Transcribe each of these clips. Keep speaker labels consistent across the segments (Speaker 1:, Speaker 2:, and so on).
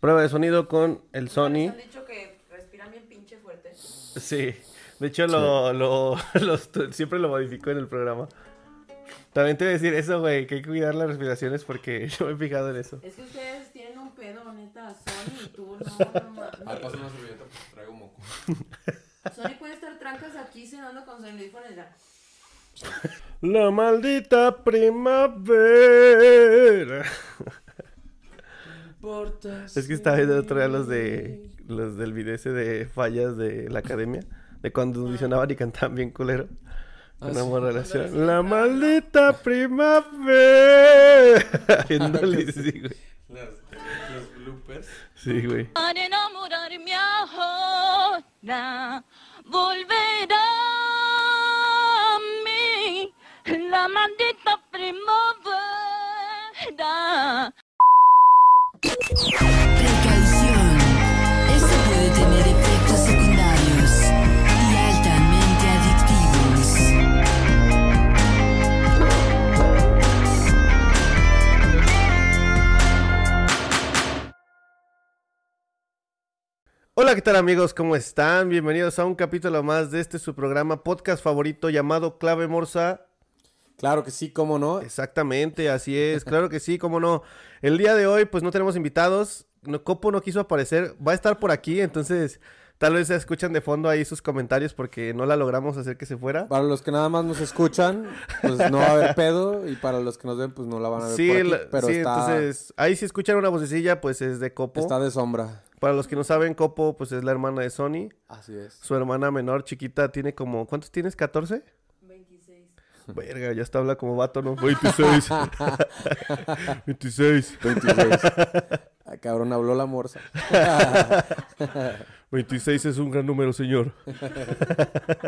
Speaker 1: Prueba de sonido con el Sony.
Speaker 2: Han dicho que respiran bien pinche fuerte.
Speaker 1: Sí. De hecho, lo, lo- los- siempre lo modificó en el programa. También te voy a decir eso, güey, que hay que cuidar las respiraciones porque yo me he fijado en eso.
Speaker 2: Es que ustedes tienen un pedo, neta. Sony, tú, no, no,
Speaker 3: Ah,
Speaker 2: mames.
Speaker 3: pasa una servilleta, pues traigo moco.
Speaker 2: Sony puede estar trancas aquí cenando con su audífono y ya.
Speaker 3: Ah.
Speaker 1: La maldita primavera. Es que estaba viendo el otro día los de los del video ese de fallas de la academia, de cuando audicionaban y cantaban bien culero. Una buena relación. La maldita primavera. Viéndole, sí, güey.
Speaker 3: Las- los bloopers.
Speaker 1: Sí, güey.
Speaker 4: Para enamorarme ahora, volverá a mí la maldita primavera.
Speaker 5: Precaución. Esto puede tener efectos secundarios y altamente adictivos.
Speaker 1: Hola, ¿qué tal amigos? ¿Cómo están? Bienvenidos a un capítulo más de este su programa podcast favorito llamado Clave Morsa.
Speaker 3: Claro que sí, cómo no.
Speaker 1: Exactamente, así es. Claro que sí, cómo no. El día de hoy, pues no tenemos invitados. No- Copo no quiso aparecer. Va a estar por aquí, entonces tal vez se escuchan de fondo ahí sus comentarios porque no la logramos hacer que se fuera.
Speaker 3: Para los que nada más nos escuchan, pues no va a haber pedo. Y para los que nos ven, pues no la van a ver
Speaker 1: Sí,
Speaker 3: por aquí,
Speaker 1: la-
Speaker 3: pero
Speaker 1: sí,
Speaker 3: está,
Speaker 1: entonces ahí si escuchan una vocecilla, pues es de Copo.
Speaker 3: está de sombra.
Speaker 1: Para los que no saben, Copo, pues es la hermana de Sony.
Speaker 3: Así es.
Speaker 1: Su hermana menor, chiquita, tiene como... ¿Cuántos tienes? ¿14?
Speaker 2: 26.
Speaker 1: Verga, ya está habla como vato, ¿no? 26. 26.
Speaker 3: 26. Ah, cabrón, habló la morsa.
Speaker 1: 26 es un gran número, señor.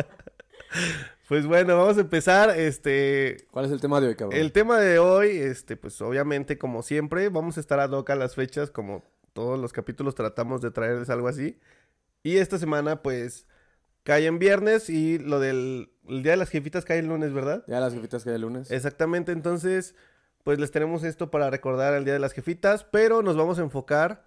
Speaker 1: pues bueno, vamos a empezar. Este.
Speaker 3: ¿Cuál es el tema de hoy, cabrón?
Speaker 1: El tema de hoy, este, pues obviamente, como siempre, vamos a estar ad hoc a las fechas, como todos los capítulos tratamos de traerles algo así. Y esta semana, pues, cae en viernes y lo del el día de las jefitas cae el lunes, ¿verdad?
Speaker 3: Ya las jefitas que hay el lunes.
Speaker 1: Exactamente, entonces, pues les tenemos esto para recordar el día de las jefitas, pero nos vamos a enfocar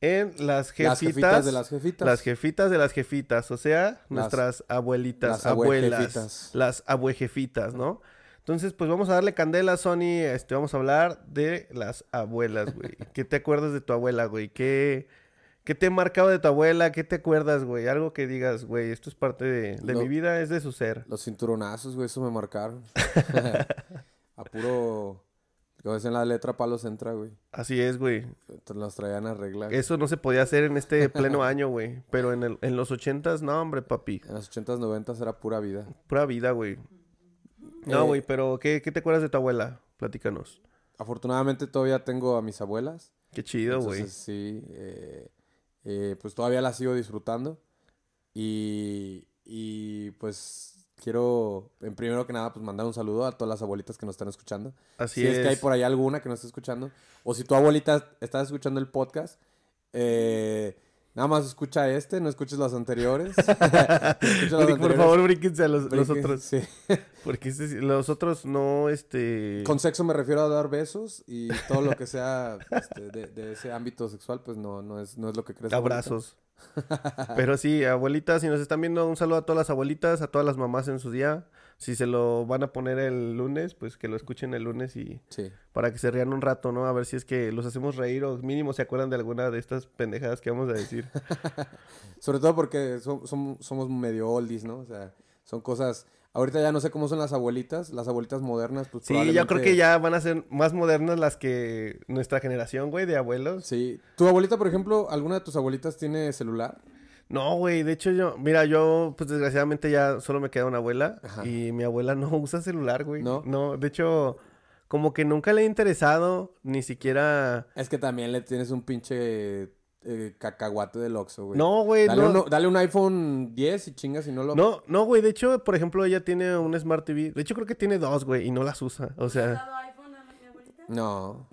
Speaker 1: en las jefitas.
Speaker 3: Las jefitas de las jefitas.
Speaker 1: Las jefitas de las jefitas, o sea, nuestras abuelitas,
Speaker 3: las
Speaker 1: abuelas,
Speaker 3: abuejefitas.
Speaker 1: las abuejefitas, ¿no? Entonces, pues vamos a darle candela, Sony, este, vamos a hablar de las abuelas, güey. ¿Qué te acuerdas de tu abuela, güey? ¿Qué, ¿Qué te ha marcado de tu abuela? ¿Qué te acuerdas, güey? Algo que digas, güey, esto es parte de, de
Speaker 3: Lo-
Speaker 1: mi vida, es de su ser.
Speaker 3: Los cinturonazos, güey, eso me marcaron. a puro. Como dicen la letra, palos entra, güey.
Speaker 1: Así es, güey.
Speaker 3: Te Los traían a arreglar.
Speaker 1: Eso no se podía hacer en este pleno año, güey. Pero en, el- en los ochentas, no, hombre, papi.
Speaker 3: En los 80s, 90s era pura vida.
Speaker 1: Pura vida, güey. No,
Speaker 3: Eh,
Speaker 1: güey, pero ¿qué, ¿qué te acuerdas de tu abuela? Platícanos.
Speaker 3: Afortunadamente todavía tengo a mis abuelas.
Speaker 1: Qué chido, güey.
Speaker 3: Entonces, sí, eh, eh, pues todavía la sigo disfrutando. Y, y, pues quiero, en primero que nada, pues mandar un saludo a todas las abuelitas que nos están escuchando.
Speaker 1: Así
Speaker 3: si
Speaker 1: es.
Speaker 3: es. que hay por ahí alguna que nos esté escuchando. O si tu abuelita está escuchando el podcast, eh, nada más escucha este, no escuches los anteriores. Escucha los
Speaker 1: Brin- Por
Speaker 3: anteriores.
Speaker 1: favor, brínquense a los, los
Speaker 3: Porque-
Speaker 1: otros.
Speaker 3: sí.
Speaker 1: Porque este- los otros no, este...
Speaker 3: Con sexo me refiero a dar besos y todo lo que sea este, de, de ese ámbito sexual, pues no, no, es, no es lo que crees. abuelita.
Speaker 1: Abrazos. Pero sí, abuelitas, si nos están viendo, un saludo a todas las abuelitas, a todas las mamás en su día. Si se lo van a poner el lunes, pues que lo escuchen el lunes y
Speaker 3: Sí.
Speaker 1: para que se rían un rato, ¿no? A ver si es que los hacemos reír o mínimo se acuerdan de alguna de estas pendejadas que vamos a decir.
Speaker 3: Sobre todo porque so- som- somos medio oldies, ¿no? O sea, son cosas... Ahorita ya no sé cómo son las abuelitas, las abuelitas modernas, pues
Speaker 1: Sí, yo creo
Speaker 3: probablemente-
Speaker 1: que ya van a ser más modernas las que nuestra generación, güey, de abuelos.
Speaker 3: Sí. ¿Tu abuelita, por ejemplo, alguna de tus abuelitas tiene celular?
Speaker 1: No, güey, de hecho yo, mira, yo pues desgraciadamente ya solo me queda una abuela y mi abuela no usa celular, güey.
Speaker 3: ¿No?
Speaker 1: No, de hecho como que nunca le he interesado, ni siquiera...
Speaker 3: Es que también le tienes un pinche eh, cacahuate del Oxxo, güey.
Speaker 1: No, güey,
Speaker 3: Dale,
Speaker 1: no.
Speaker 3: uno- dale un iPhone 10 y chinga si no lo...
Speaker 1: No, no, güey, de hecho, por ejemplo, ella tiene un Smart TV. De hecho creo que tiene dos, güey, y no las usa. O
Speaker 2: ¿Has
Speaker 1: sea,
Speaker 2: dado iPhone a mi abuelita?
Speaker 3: No.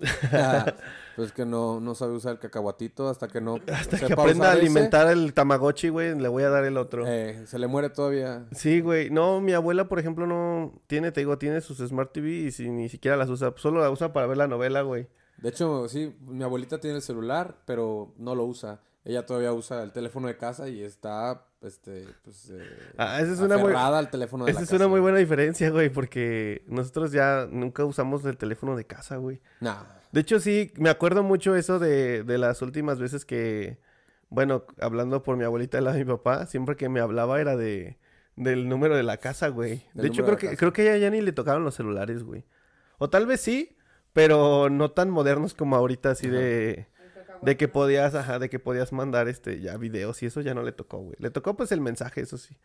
Speaker 3: Pues que no, no sabe usar el cacahuatito hasta que no
Speaker 1: Hasta que
Speaker 3: sepa
Speaker 1: aprenda a
Speaker 3: usar ese,
Speaker 1: alimentar el Tamagotchi, güey, le voy a dar el otro.
Speaker 3: eh, se le muere todavía.
Speaker 1: Sí, güey. No, mi abuela, por ejemplo, no tiene, te digo, tiene sus Smart TV y si, ni siquiera las usa. Solo la usa para ver la novela, güey.
Speaker 3: De hecho, sí, mi abuelita tiene el celular, pero no lo usa. Ella todavía usa el teléfono de casa y está, este, pues, eh,
Speaker 1: Ah, esa es una muy-
Speaker 3: aferrada al teléfono de
Speaker 1: Esa
Speaker 3: la
Speaker 1: es una
Speaker 3: casa.
Speaker 1: muy buena diferencia, güey, porque nosotros ya nunca usamos el teléfono de casa, güey.
Speaker 3: Nah.
Speaker 1: De hecho, sí, me acuerdo mucho eso de, de las últimas veces que, bueno, hablando por mi abuelita y la de mi papá, siempre que me hablaba era de del número de la casa, güey.
Speaker 3: Del
Speaker 1: De hecho, creo
Speaker 3: número de la
Speaker 1: que,
Speaker 3: casa.
Speaker 1: creo que ya, ya ni le tocaron los celulares, güey. O tal vez sí, pero no tan modernos como ahorita, así de, de que podías, ajá, de que podías mandar este ya videos y eso ya no le tocó, güey. Le tocó pues el mensaje, eso sí.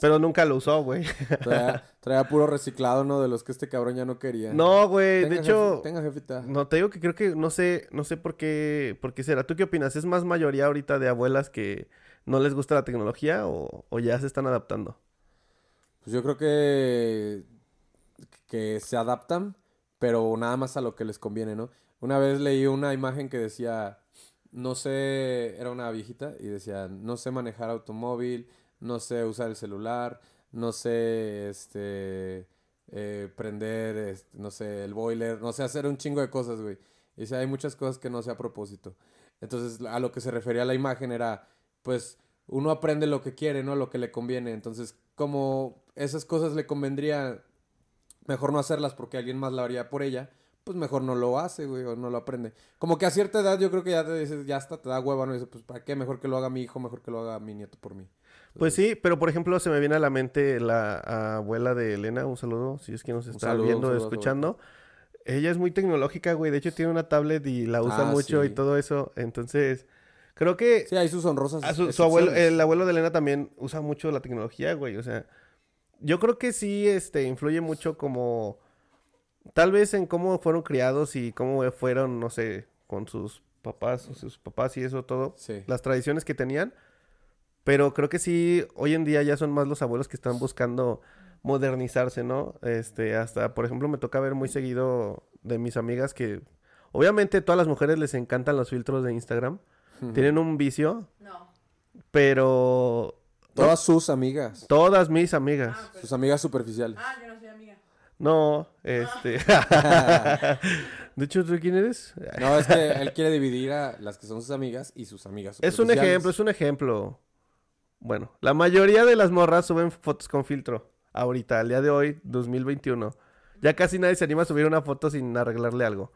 Speaker 1: Pero nunca lo usó, güey.
Speaker 3: Traía, traía puro reciclado, ¿no? De los que este cabrón ya no quería.
Speaker 1: No, güey.
Speaker 3: Tenga,
Speaker 1: De
Speaker 3: jefe-
Speaker 1: hecho,
Speaker 3: tenga, jefita.
Speaker 1: No, te digo que creo que no sé, no sé por qué, por qué será. ¿Tú qué opinas? ¿Es más mayoría ahorita de abuelas que no les gusta la tecnología o, o ya se están adaptando?
Speaker 3: Pues yo creo que, que se adaptan, pero nada más a lo que les conviene, ¿no? Una vez leí una imagen que decía, no sé, era una viejita y decía, no sé manejar automóvil, no sé usar el celular, no sé, este, eh, prender, este, no sé, el boiler, no sé hacer un chingo de cosas, güey. Y dice, hay muchas cosas que no sé a propósito. Entonces, a lo que se refería la imagen era, pues, uno aprende lo que quiere, ¿no? Lo que le conviene. Entonces, como esas cosas le convendría mejor no hacerlas porque alguien más la haría por ella, pues mejor no lo hace, güey, o no lo aprende. Como que a cierta edad yo creo que ya te dices, ya hasta te da hueva, ¿no? Y dices, pues, ¿para qué? Mejor que lo haga mi hijo, mejor que lo haga mi nieto por mí.
Speaker 1: Pues sí, pero por ejemplo se me viene a la mente la abuela de Elena, un saludo, si es que nos
Speaker 3: Un
Speaker 1: está
Speaker 3: saludo, un
Speaker 1: viendo,
Speaker 3: saludo a su
Speaker 1: escuchando. Ella es muy tecnológica, güey. De hecho tiene una tablet y la usa
Speaker 3: Ah,
Speaker 1: mucho y
Speaker 3: sí.
Speaker 1: todo eso. Entonces, creo que
Speaker 3: Sí, hay sus honrosas
Speaker 1: A Ah, su, su
Speaker 3: excepciones.
Speaker 1: abuelo, eh, el abuelo de Elena también usa mucho la tecnología, güey. O sea, yo creo que sí, este, influye mucho como, tal vez en cómo fueron criados y cómo fueron, no sé, con sus papás, o sus papás y eso todo,
Speaker 3: Sí.
Speaker 1: las tradiciones que tenían. Pero creo que sí, hoy en día ya son más los abuelos que están buscando modernizarse, ¿no? Este, hasta, por ejemplo, me toca ver muy seguido de mis amigas que, obviamente, todas las mujeres les encantan los filtros de Instagram. Tienen un vicio,
Speaker 2: No.
Speaker 1: pero
Speaker 3: Todas sus amigas,
Speaker 1: todas mis amigas.
Speaker 2: Ah,
Speaker 3: sus amigas superficiales.
Speaker 2: Ah, yo no soy amiga.
Speaker 1: No, este. de hecho, ¿tú quién eres?
Speaker 3: No, es que él quiere dividir a las que son sus amigas y sus amigas
Speaker 1: Es un ejemplo, es un ejemplo. Bueno, la mayoría de las morras suben fotos con filtro. Ahorita, al día de hoy, 2021. Ya casi nadie se anima a subir una foto sin arreglarle algo.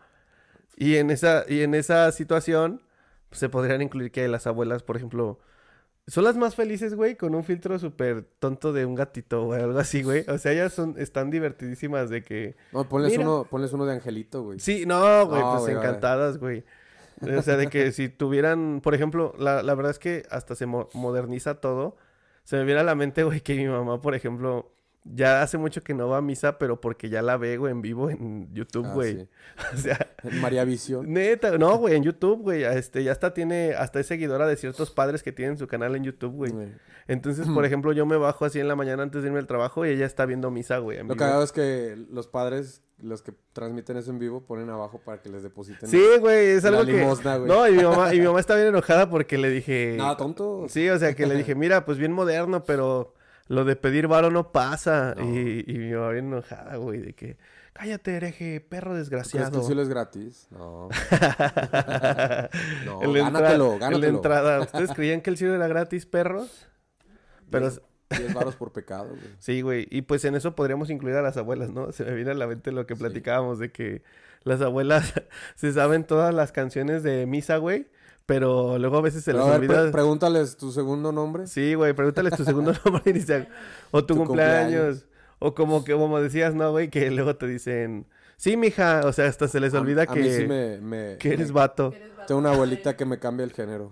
Speaker 1: Y en esa, y en esa situación, pues, se podrían incluir que las abuelas, por ejemplo, son las más felices, güey, con un filtro súper tonto de un gatito o algo así, güey. O sea, ellas son, están divertidísimas de que.
Speaker 3: No, ponles
Speaker 1: Mira.
Speaker 3: uno, ponles uno de angelito, güey.
Speaker 1: Sí, no, güey,
Speaker 3: No,
Speaker 1: pues
Speaker 3: güey, vale.
Speaker 1: encantadas, güey. O sea, de que si tuvieran, por ejemplo, la, la verdad es que hasta se mo- moderniza todo. Se me viene a la mente, güey, que mi mamá, por ejemplo, ya hace mucho que no va a misa, pero porque ya la ve, güey, en vivo en YouTube,
Speaker 3: Ah,
Speaker 1: güey.
Speaker 3: sí.
Speaker 1: O sea,
Speaker 3: María Visión.
Speaker 1: neta, no, güey, en YouTube, güey, este, ya hasta tiene, hasta es seguidora de ciertos padres que tienen su canal en YouTube, güey.
Speaker 3: güey.
Speaker 1: Entonces, por ejemplo, yo me bajo así en la mañana antes de irme al trabajo y ella está viendo misa, güey. en
Speaker 3: Lo
Speaker 1: vivo.
Speaker 3: cagado es que los padres, los que transmiten eso en vivo, ponen abajo para que les depositen.
Speaker 1: Sí, güey, es
Speaker 3: La
Speaker 1: algo
Speaker 3: limosna,
Speaker 1: que...
Speaker 3: güey.
Speaker 1: No, y mi, mamá, y mi mamá está bien enojada porque le dije...
Speaker 3: Nada tonto.
Speaker 1: Sí, o sea, que le dije, mira, pues bien moderno, pero lo de pedir varo no pasa. Y, y mi mamá bien enojada, güey, de que... Cállate, hereje, perro
Speaker 3: ¿Tú crees que
Speaker 1: desgraciado.
Speaker 3: el cielo es gratis? No. no,
Speaker 1: El entra-
Speaker 3: gánatelo,
Speaker 1: el
Speaker 3: gánatelo.
Speaker 1: entrada. ¿Ustedes creían que el cielo era gratis, perros? Pero...
Speaker 3: 10 varos por pecado, güey.
Speaker 1: Sí, güey. Y pues en eso podríamos incluir a las abuelas, ¿no? Se me viene a la mente lo que platicábamos de que las abuelas se saben todas las canciones de misa, güey. Pero luego a veces se
Speaker 3: Pero
Speaker 1: les
Speaker 3: a ver, pre-
Speaker 1: olvida.
Speaker 3: pregúntales tu segundo nombre.
Speaker 1: Sí, güey. Pregúntales tu segundo nombre inicial. O tu,
Speaker 3: Tu
Speaker 1: cumpleaños. O como que, como decías, ¿no, güey? Que luego te dicen, sí, mija. O sea, hasta se les
Speaker 3: A-
Speaker 1: olvida
Speaker 3: a
Speaker 1: que,
Speaker 3: mí sí me... me-
Speaker 1: que eres
Speaker 3: me-
Speaker 1: vato.
Speaker 2: Eres vato.
Speaker 3: Tengo una abuelita que me cambia el género.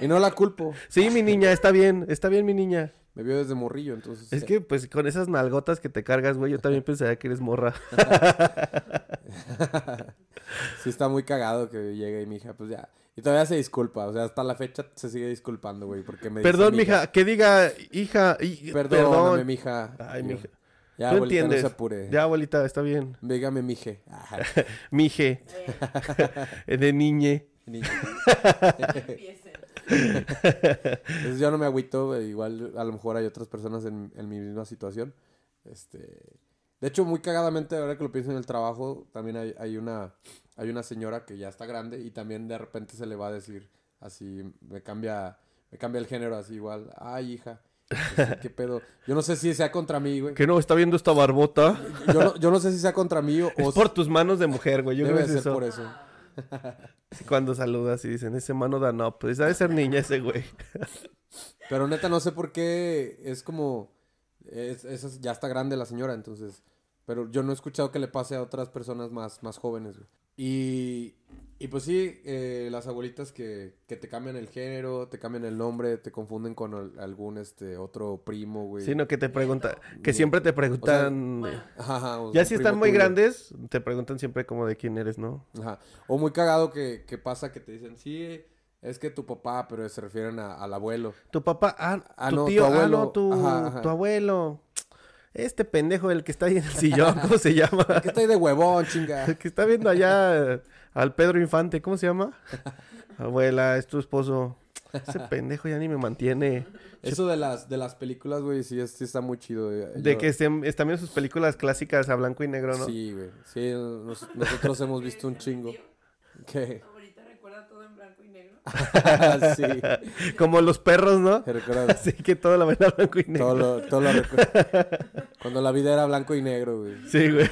Speaker 3: Y no la culpo.
Speaker 1: Sí, mi niña, está bien. Está bien, mi niña.
Speaker 3: Me vio desde morrillo, entonces...
Speaker 1: Es
Speaker 3: eh,
Speaker 1: que, pues, con esas nalgotas que te cargas, güey, yo también pensaría que eres morra.
Speaker 3: Sí está muy cagado que llegue y mi hija, pues ya... Y todavía se disculpa, o sea, hasta la fecha se sigue disculpando, güey, porque me dice
Speaker 1: Perdón,
Speaker 3: mija.
Speaker 1: mija, que diga hija, y-
Speaker 3: Perdóname,
Speaker 1: perdón.
Speaker 3: mija.
Speaker 1: Ay,
Speaker 3: Y yo,
Speaker 1: mija.
Speaker 3: Ya,
Speaker 1: Tú
Speaker 3: abuelita,
Speaker 1: entiendes.
Speaker 3: no se apure.
Speaker 1: Ya, abuelita, está bien.
Speaker 3: Dígame, mije. Ajá,
Speaker 1: Mije.
Speaker 2: Eh,
Speaker 1: eh, de niñe.
Speaker 3: niño.
Speaker 2: Empiecen.
Speaker 3: Entonces yo no me agüito, eh, igual a lo mejor hay otras personas en, en mi misma situación. Este, de hecho, muy cagadamente, ahora que lo pienso en el trabajo, también hay, hay una, hay una señora que ya está grande y también de repente se le va a decir así, me cambia, me cambia el género así igual, ay hija, este, qué pedo. Yo no sé si sea contra mí, güey.
Speaker 1: Que no, está viendo esta barbota.
Speaker 3: Yo no, yo no sé si sea contra mí o...
Speaker 1: Es
Speaker 3: o-
Speaker 1: por tus manos de mujer, güey. Yo
Speaker 3: debe
Speaker 1: creo que
Speaker 3: ser
Speaker 1: es eso.
Speaker 3: por eso.
Speaker 1: Cuando saludas y dicen, ese mano da no, pues sabe ser niña ese güey.
Speaker 3: Pero neta, no sé por qué es como... es- es- ya está grande la señora, entonces... Pero yo no he escuchado que le pase a otras personas más, más jóvenes. güey. Y, y pues sí, eh, las abuelitas que, que te cambian el género, te cambian el nombre, te confunden con al- algún este otro primo, güey.
Speaker 1: Sino que te pregunta, que
Speaker 3: Nieto.
Speaker 1: siempre te
Speaker 3: preguntan-
Speaker 1: preguntan.
Speaker 2: Bueno,
Speaker 3: Ajá, ajá, o
Speaker 1: ya
Speaker 3: un
Speaker 1: si
Speaker 3: primo
Speaker 1: están muy
Speaker 3: tuyo.
Speaker 1: grandes, te preguntan siempre como de quién eres, ¿no?
Speaker 3: Ajá. O muy cagado que, que pasa que te dicen, sí, es que tu papá, pero se refieren a- al abuelo.
Speaker 1: Tu papá, ah,
Speaker 3: Ah,
Speaker 1: tu
Speaker 3: no, tu
Speaker 1: tío,
Speaker 3: abuelo.
Speaker 1: ah, no, tu,
Speaker 3: Ajá, ajá.
Speaker 1: tu abuelo. Este pendejo, el que está ahí en el sillón, ¿cómo se llama?
Speaker 3: ¿Qué estoy de huevón, chinga?
Speaker 1: El que está viendo allá eh, al Pedro Infante, ¿cómo se llama? Abuela, es tu esposo. Ese pendejo ya ni me mantiene.
Speaker 3: Eso de las, de las películas, güey, sí, es- sí está muy chido. eh,
Speaker 1: De
Speaker 3: yo-
Speaker 1: que estén, están viendo sus películas clásicas a blanco y negro, ¿no?
Speaker 3: Sí, güey. Sí, nos- nosotros hemos visto un chingo. Que...
Speaker 2: Este, Ahorita recuerda todo en blanco y negro.
Speaker 3: sí.
Speaker 1: Como los perros, ¿no?
Speaker 3: te recuerdas.
Speaker 1: Así que todo la ven a blanco y negro.
Speaker 3: Todo lo, todo lo recu- Cuando la vida era blanco y negro, güey.
Speaker 1: Sí, güey.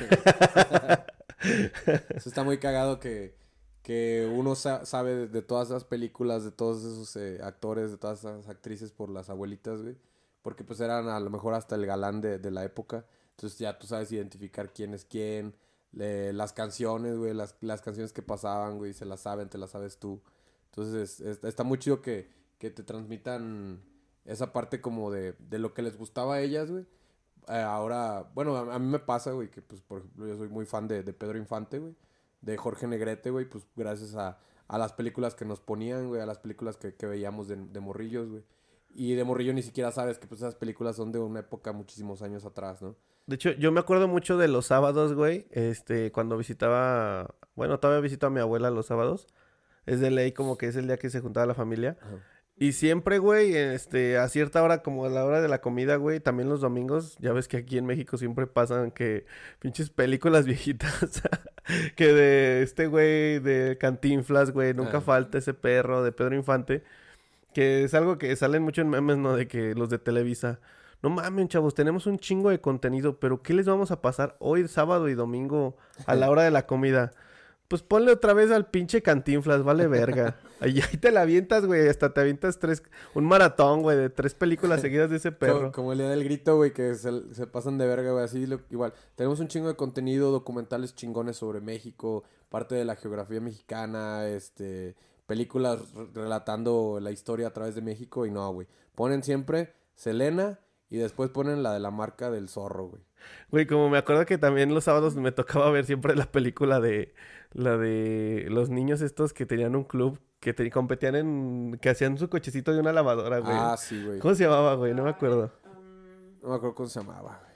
Speaker 3: Eso está muy cagado que, que uno sa- sabe de, de todas esas películas, de todos esos eh, actores, de todas esas actrices por las abuelitas, güey. Porque pues eran a lo mejor hasta el galán de, de la época. Entonces ya tú sabes identificar quién es quién. le- las canciones, güey, las, las canciones que pasaban, güey, se las saben, te las sabes tú. Entonces es- está muy chido que, que te transmitan esa parte como de, de lo que les gustaba a ellas, güey. Eh, ahora, bueno, a, a mí me pasa, güey, que pues, por ejemplo, yo soy muy fan de, de Pedro Infante, güey, de Jorge Negrete, güey, pues gracias a, a las películas que nos ponían, güey, a las películas que, que veíamos de, de morrillos, güey. Y de morrillo ni siquiera sabes que pues esas películas son de una época muchísimos años atrás, ¿no?
Speaker 1: De hecho, yo me acuerdo mucho de los sábados, güey. Este, cuando visitaba. Bueno, todavía visito a mi abuela los sábados. Es de ley, como que es el día que se juntaba la familia.
Speaker 3: Ajá.
Speaker 1: Y siempre, güey, este, a cierta hora, como a la hora de la comida, güey, también los domingos, ya ves que aquí en México siempre pasan que pinches películas viejitas, que de este güey, de Cantinflas, güey, nunca
Speaker 3: Ah.
Speaker 1: falta ese perro, de Pedro Infante, que es algo que salen mucho en memes, ¿no? De que los de Televisa, no mames, chavos, tenemos un chingo de contenido, pero ¿qué les vamos a pasar hoy, sábado y domingo, a la hora de la comida? Pues ponle otra vez al pinche cantinflas, vale verga. Ahí, ahí te la avientas, güey. Hasta te avientas tres, un maratón, güey, de tres películas seguidas de ese
Speaker 3: Co-
Speaker 1: perro.
Speaker 3: Como, el día del grito, güey, que se, se pasan de verga, güey, así lo- igual. Tenemos un chingo de contenido, documentales chingones sobre México, parte de la geografía mexicana, este, películas re- relatando la historia a través de México y no, güey. Ponen siempre Selena y después ponen la de la marca del zorro, güey.
Speaker 1: Güey, como me acuerdo que también los sábados me tocaba ver siempre la película de la de los niños estos que tenían un club que te- competían en que hacían su cochecito de una lavadora, güey.
Speaker 3: Ah, sí, güey.
Speaker 1: ¿Cómo se llamaba, güey? No me acuerdo.
Speaker 3: No me acuerdo cómo se llamaba, güey.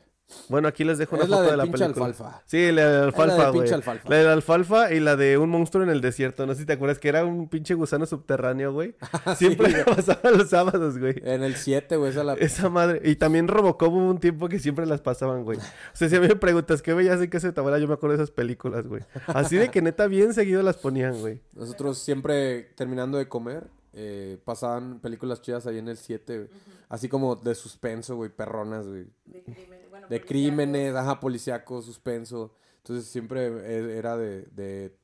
Speaker 1: Bueno, aquí les dejo una
Speaker 3: Es la
Speaker 1: foto
Speaker 3: del
Speaker 1: de la
Speaker 3: pinche
Speaker 1: película.
Speaker 3: alfalfa.
Speaker 1: Sí, la de
Speaker 3: la
Speaker 1: alfalfa,
Speaker 3: del
Speaker 1: güey.
Speaker 3: pinche alfalfa.
Speaker 1: La de alfalfa y la de un monstruo en el desierto. No sé si te acuerdas que era un pinche gusano subterráneo, güey. Ah,
Speaker 3: Ah,
Speaker 1: Siempre la pasaba los sábados, güey.
Speaker 3: En el 7, güey, esa la...
Speaker 1: Esa madre. Y también Robocop hubo un tiempo que siempre las pasaban, güey. O sea, si a mí me preguntas qué veías en casa de tu abuela, yo me acuerdo de esas películas, güey. Así de que neta bien seguido las ponían, güey.
Speaker 3: Nosotros siempre terminando de comer, eh, pasaban películas chidas ahí en el 7, güey. Así como de suspenso, güey, perronas, güey.
Speaker 2: De crímenes. Bueno,
Speaker 3: De
Speaker 2: policíacos.
Speaker 3: crímenes, ajá, policíaco, suspenso. Entonces siempre e- era de... de-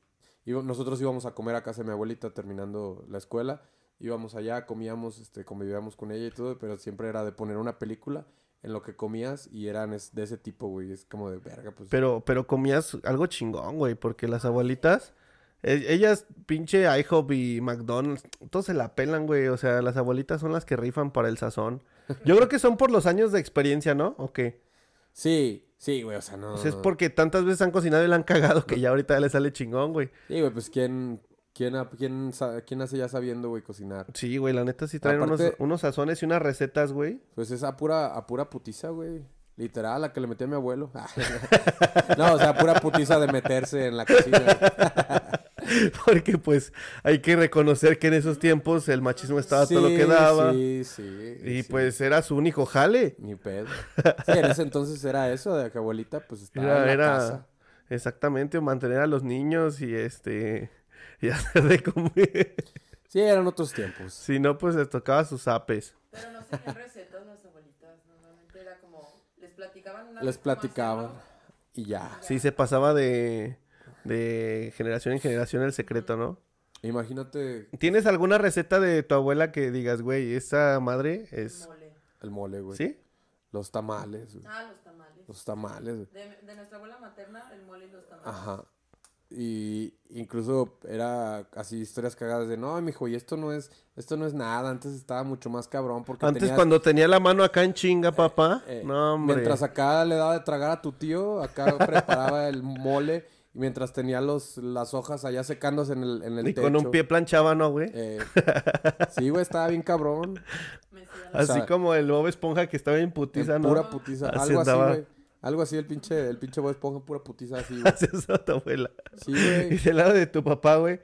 Speaker 3: iba- nosotros íbamos a comer a casa de mi abuelita terminando la escuela. Íbamos allá, comíamos, este, convivíamos con ella y todo, pero siempre era de poner una película en lo que comías y eran es- de ese tipo, güey. Es como de verga, pues.
Speaker 1: Pero, pero comías algo chingón, güey, porque las abuelitas, e- ellas, pinche IHOP y McDonald's, todos se la pelan, güey. O sea, las abuelitas son las que rifan para el sazón. Yo creo que son por los años de experiencia, ¿no? ¿O qué?
Speaker 3: Sí, sí, güey, o sea, no...
Speaker 1: O sea, es porque tantas veces han cocinado y la han cagado que ya ahorita le sale chingón, güey.
Speaker 3: Sí, güey, pues quién... ¿Quién, ha- quién, sa- quién hace ya sabiendo, güey, cocinar?
Speaker 1: Sí, güey, la neta sí traen unos,
Speaker 3: Aparte-
Speaker 1: unos sazones y unas recetas, güey.
Speaker 3: Pues es a pura, a pura putiza, güey. Literal, la que le metí a mi abuelo. no, o sea, pura putiza de meterse en la cocina.
Speaker 1: Porque pues hay que reconocer que en esos tiempos el machismo estaba todo lo que
Speaker 3: Sí,
Speaker 1: daba.
Speaker 3: Sí, sí.
Speaker 1: y
Speaker 3: sí.
Speaker 1: pues era su único jale.
Speaker 3: Ni pedo. Sí, en ese entonces era eso, de que abuelita pues estaba en
Speaker 1: Era,
Speaker 3: la
Speaker 1: era-
Speaker 3: casa.
Speaker 1: exactamente mantener a los niños y este y hacer de comer.
Speaker 3: Sí, eran otros tiempos.
Speaker 1: si no, pues les tocaba sus apes.
Speaker 2: Pero no tenían recetas las abuelitas. Normalmente era como. Les platicaban una
Speaker 3: Les
Speaker 2: vez cómo
Speaker 3: platicaban
Speaker 2: hacerlo.
Speaker 3: y ya.
Speaker 1: Sí, se pasaba de, de generación en generación el secreto, ¿no?
Speaker 3: Imagínate
Speaker 1: ¿Tienes alguna receta de tu abuela que digas, güey, esa madre es...
Speaker 2: Mole.
Speaker 3: el mole, güey.
Speaker 1: ¿Sí?
Speaker 3: Los tamales, güey.
Speaker 2: Ah, los tamales.
Speaker 3: Los tamales, güey.
Speaker 2: De, de nuestra abuela materna, el mole y los tamales.
Speaker 3: Ajá. Y incluso era así historias cagadas de, no, mijo, y esto no es, esto no es nada, antes estaba mucho más cabrón porque
Speaker 1: Antes
Speaker 3: tenías-
Speaker 1: cuando tenía la mano acá en chinga, papá.
Speaker 3: eh,
Speaker 1: no, hombre.
Speaker 3: mientras acá le daba de tragar a tu tío, acá preparaba el mole y mientras tenía los, las hojas allá secándose en el, en el
Speaker 1: Y con un
Speaker 3: techo.
Speaker 1: pie planchaba, ¿no, güey?
Speaker 3: Eh, sí, güey, estaba bien cabrón.
Speaker 2: Me decía la-
Speaker 1: Así
Speaker 3: sea,
Speaker 1: como el Bob Esponja que estaba en
Speaker 3: en
Speaker 1: putiza, ¿no?
Speaker 3: pura putiza.
Speaker 1: Así
Speaker 3: Algo
Speaker 1: andaba.
Speaker 3: así, güí. Algo así, el pinche, el pinche Bob Esponja, pura putiza así, güey.
Speaker 1: Así es tu abuela.
Speaker 3: Sí,
Speaker 1: Y
Speaker 3: güey.
Speaker 1: del lado de tu papá, güey.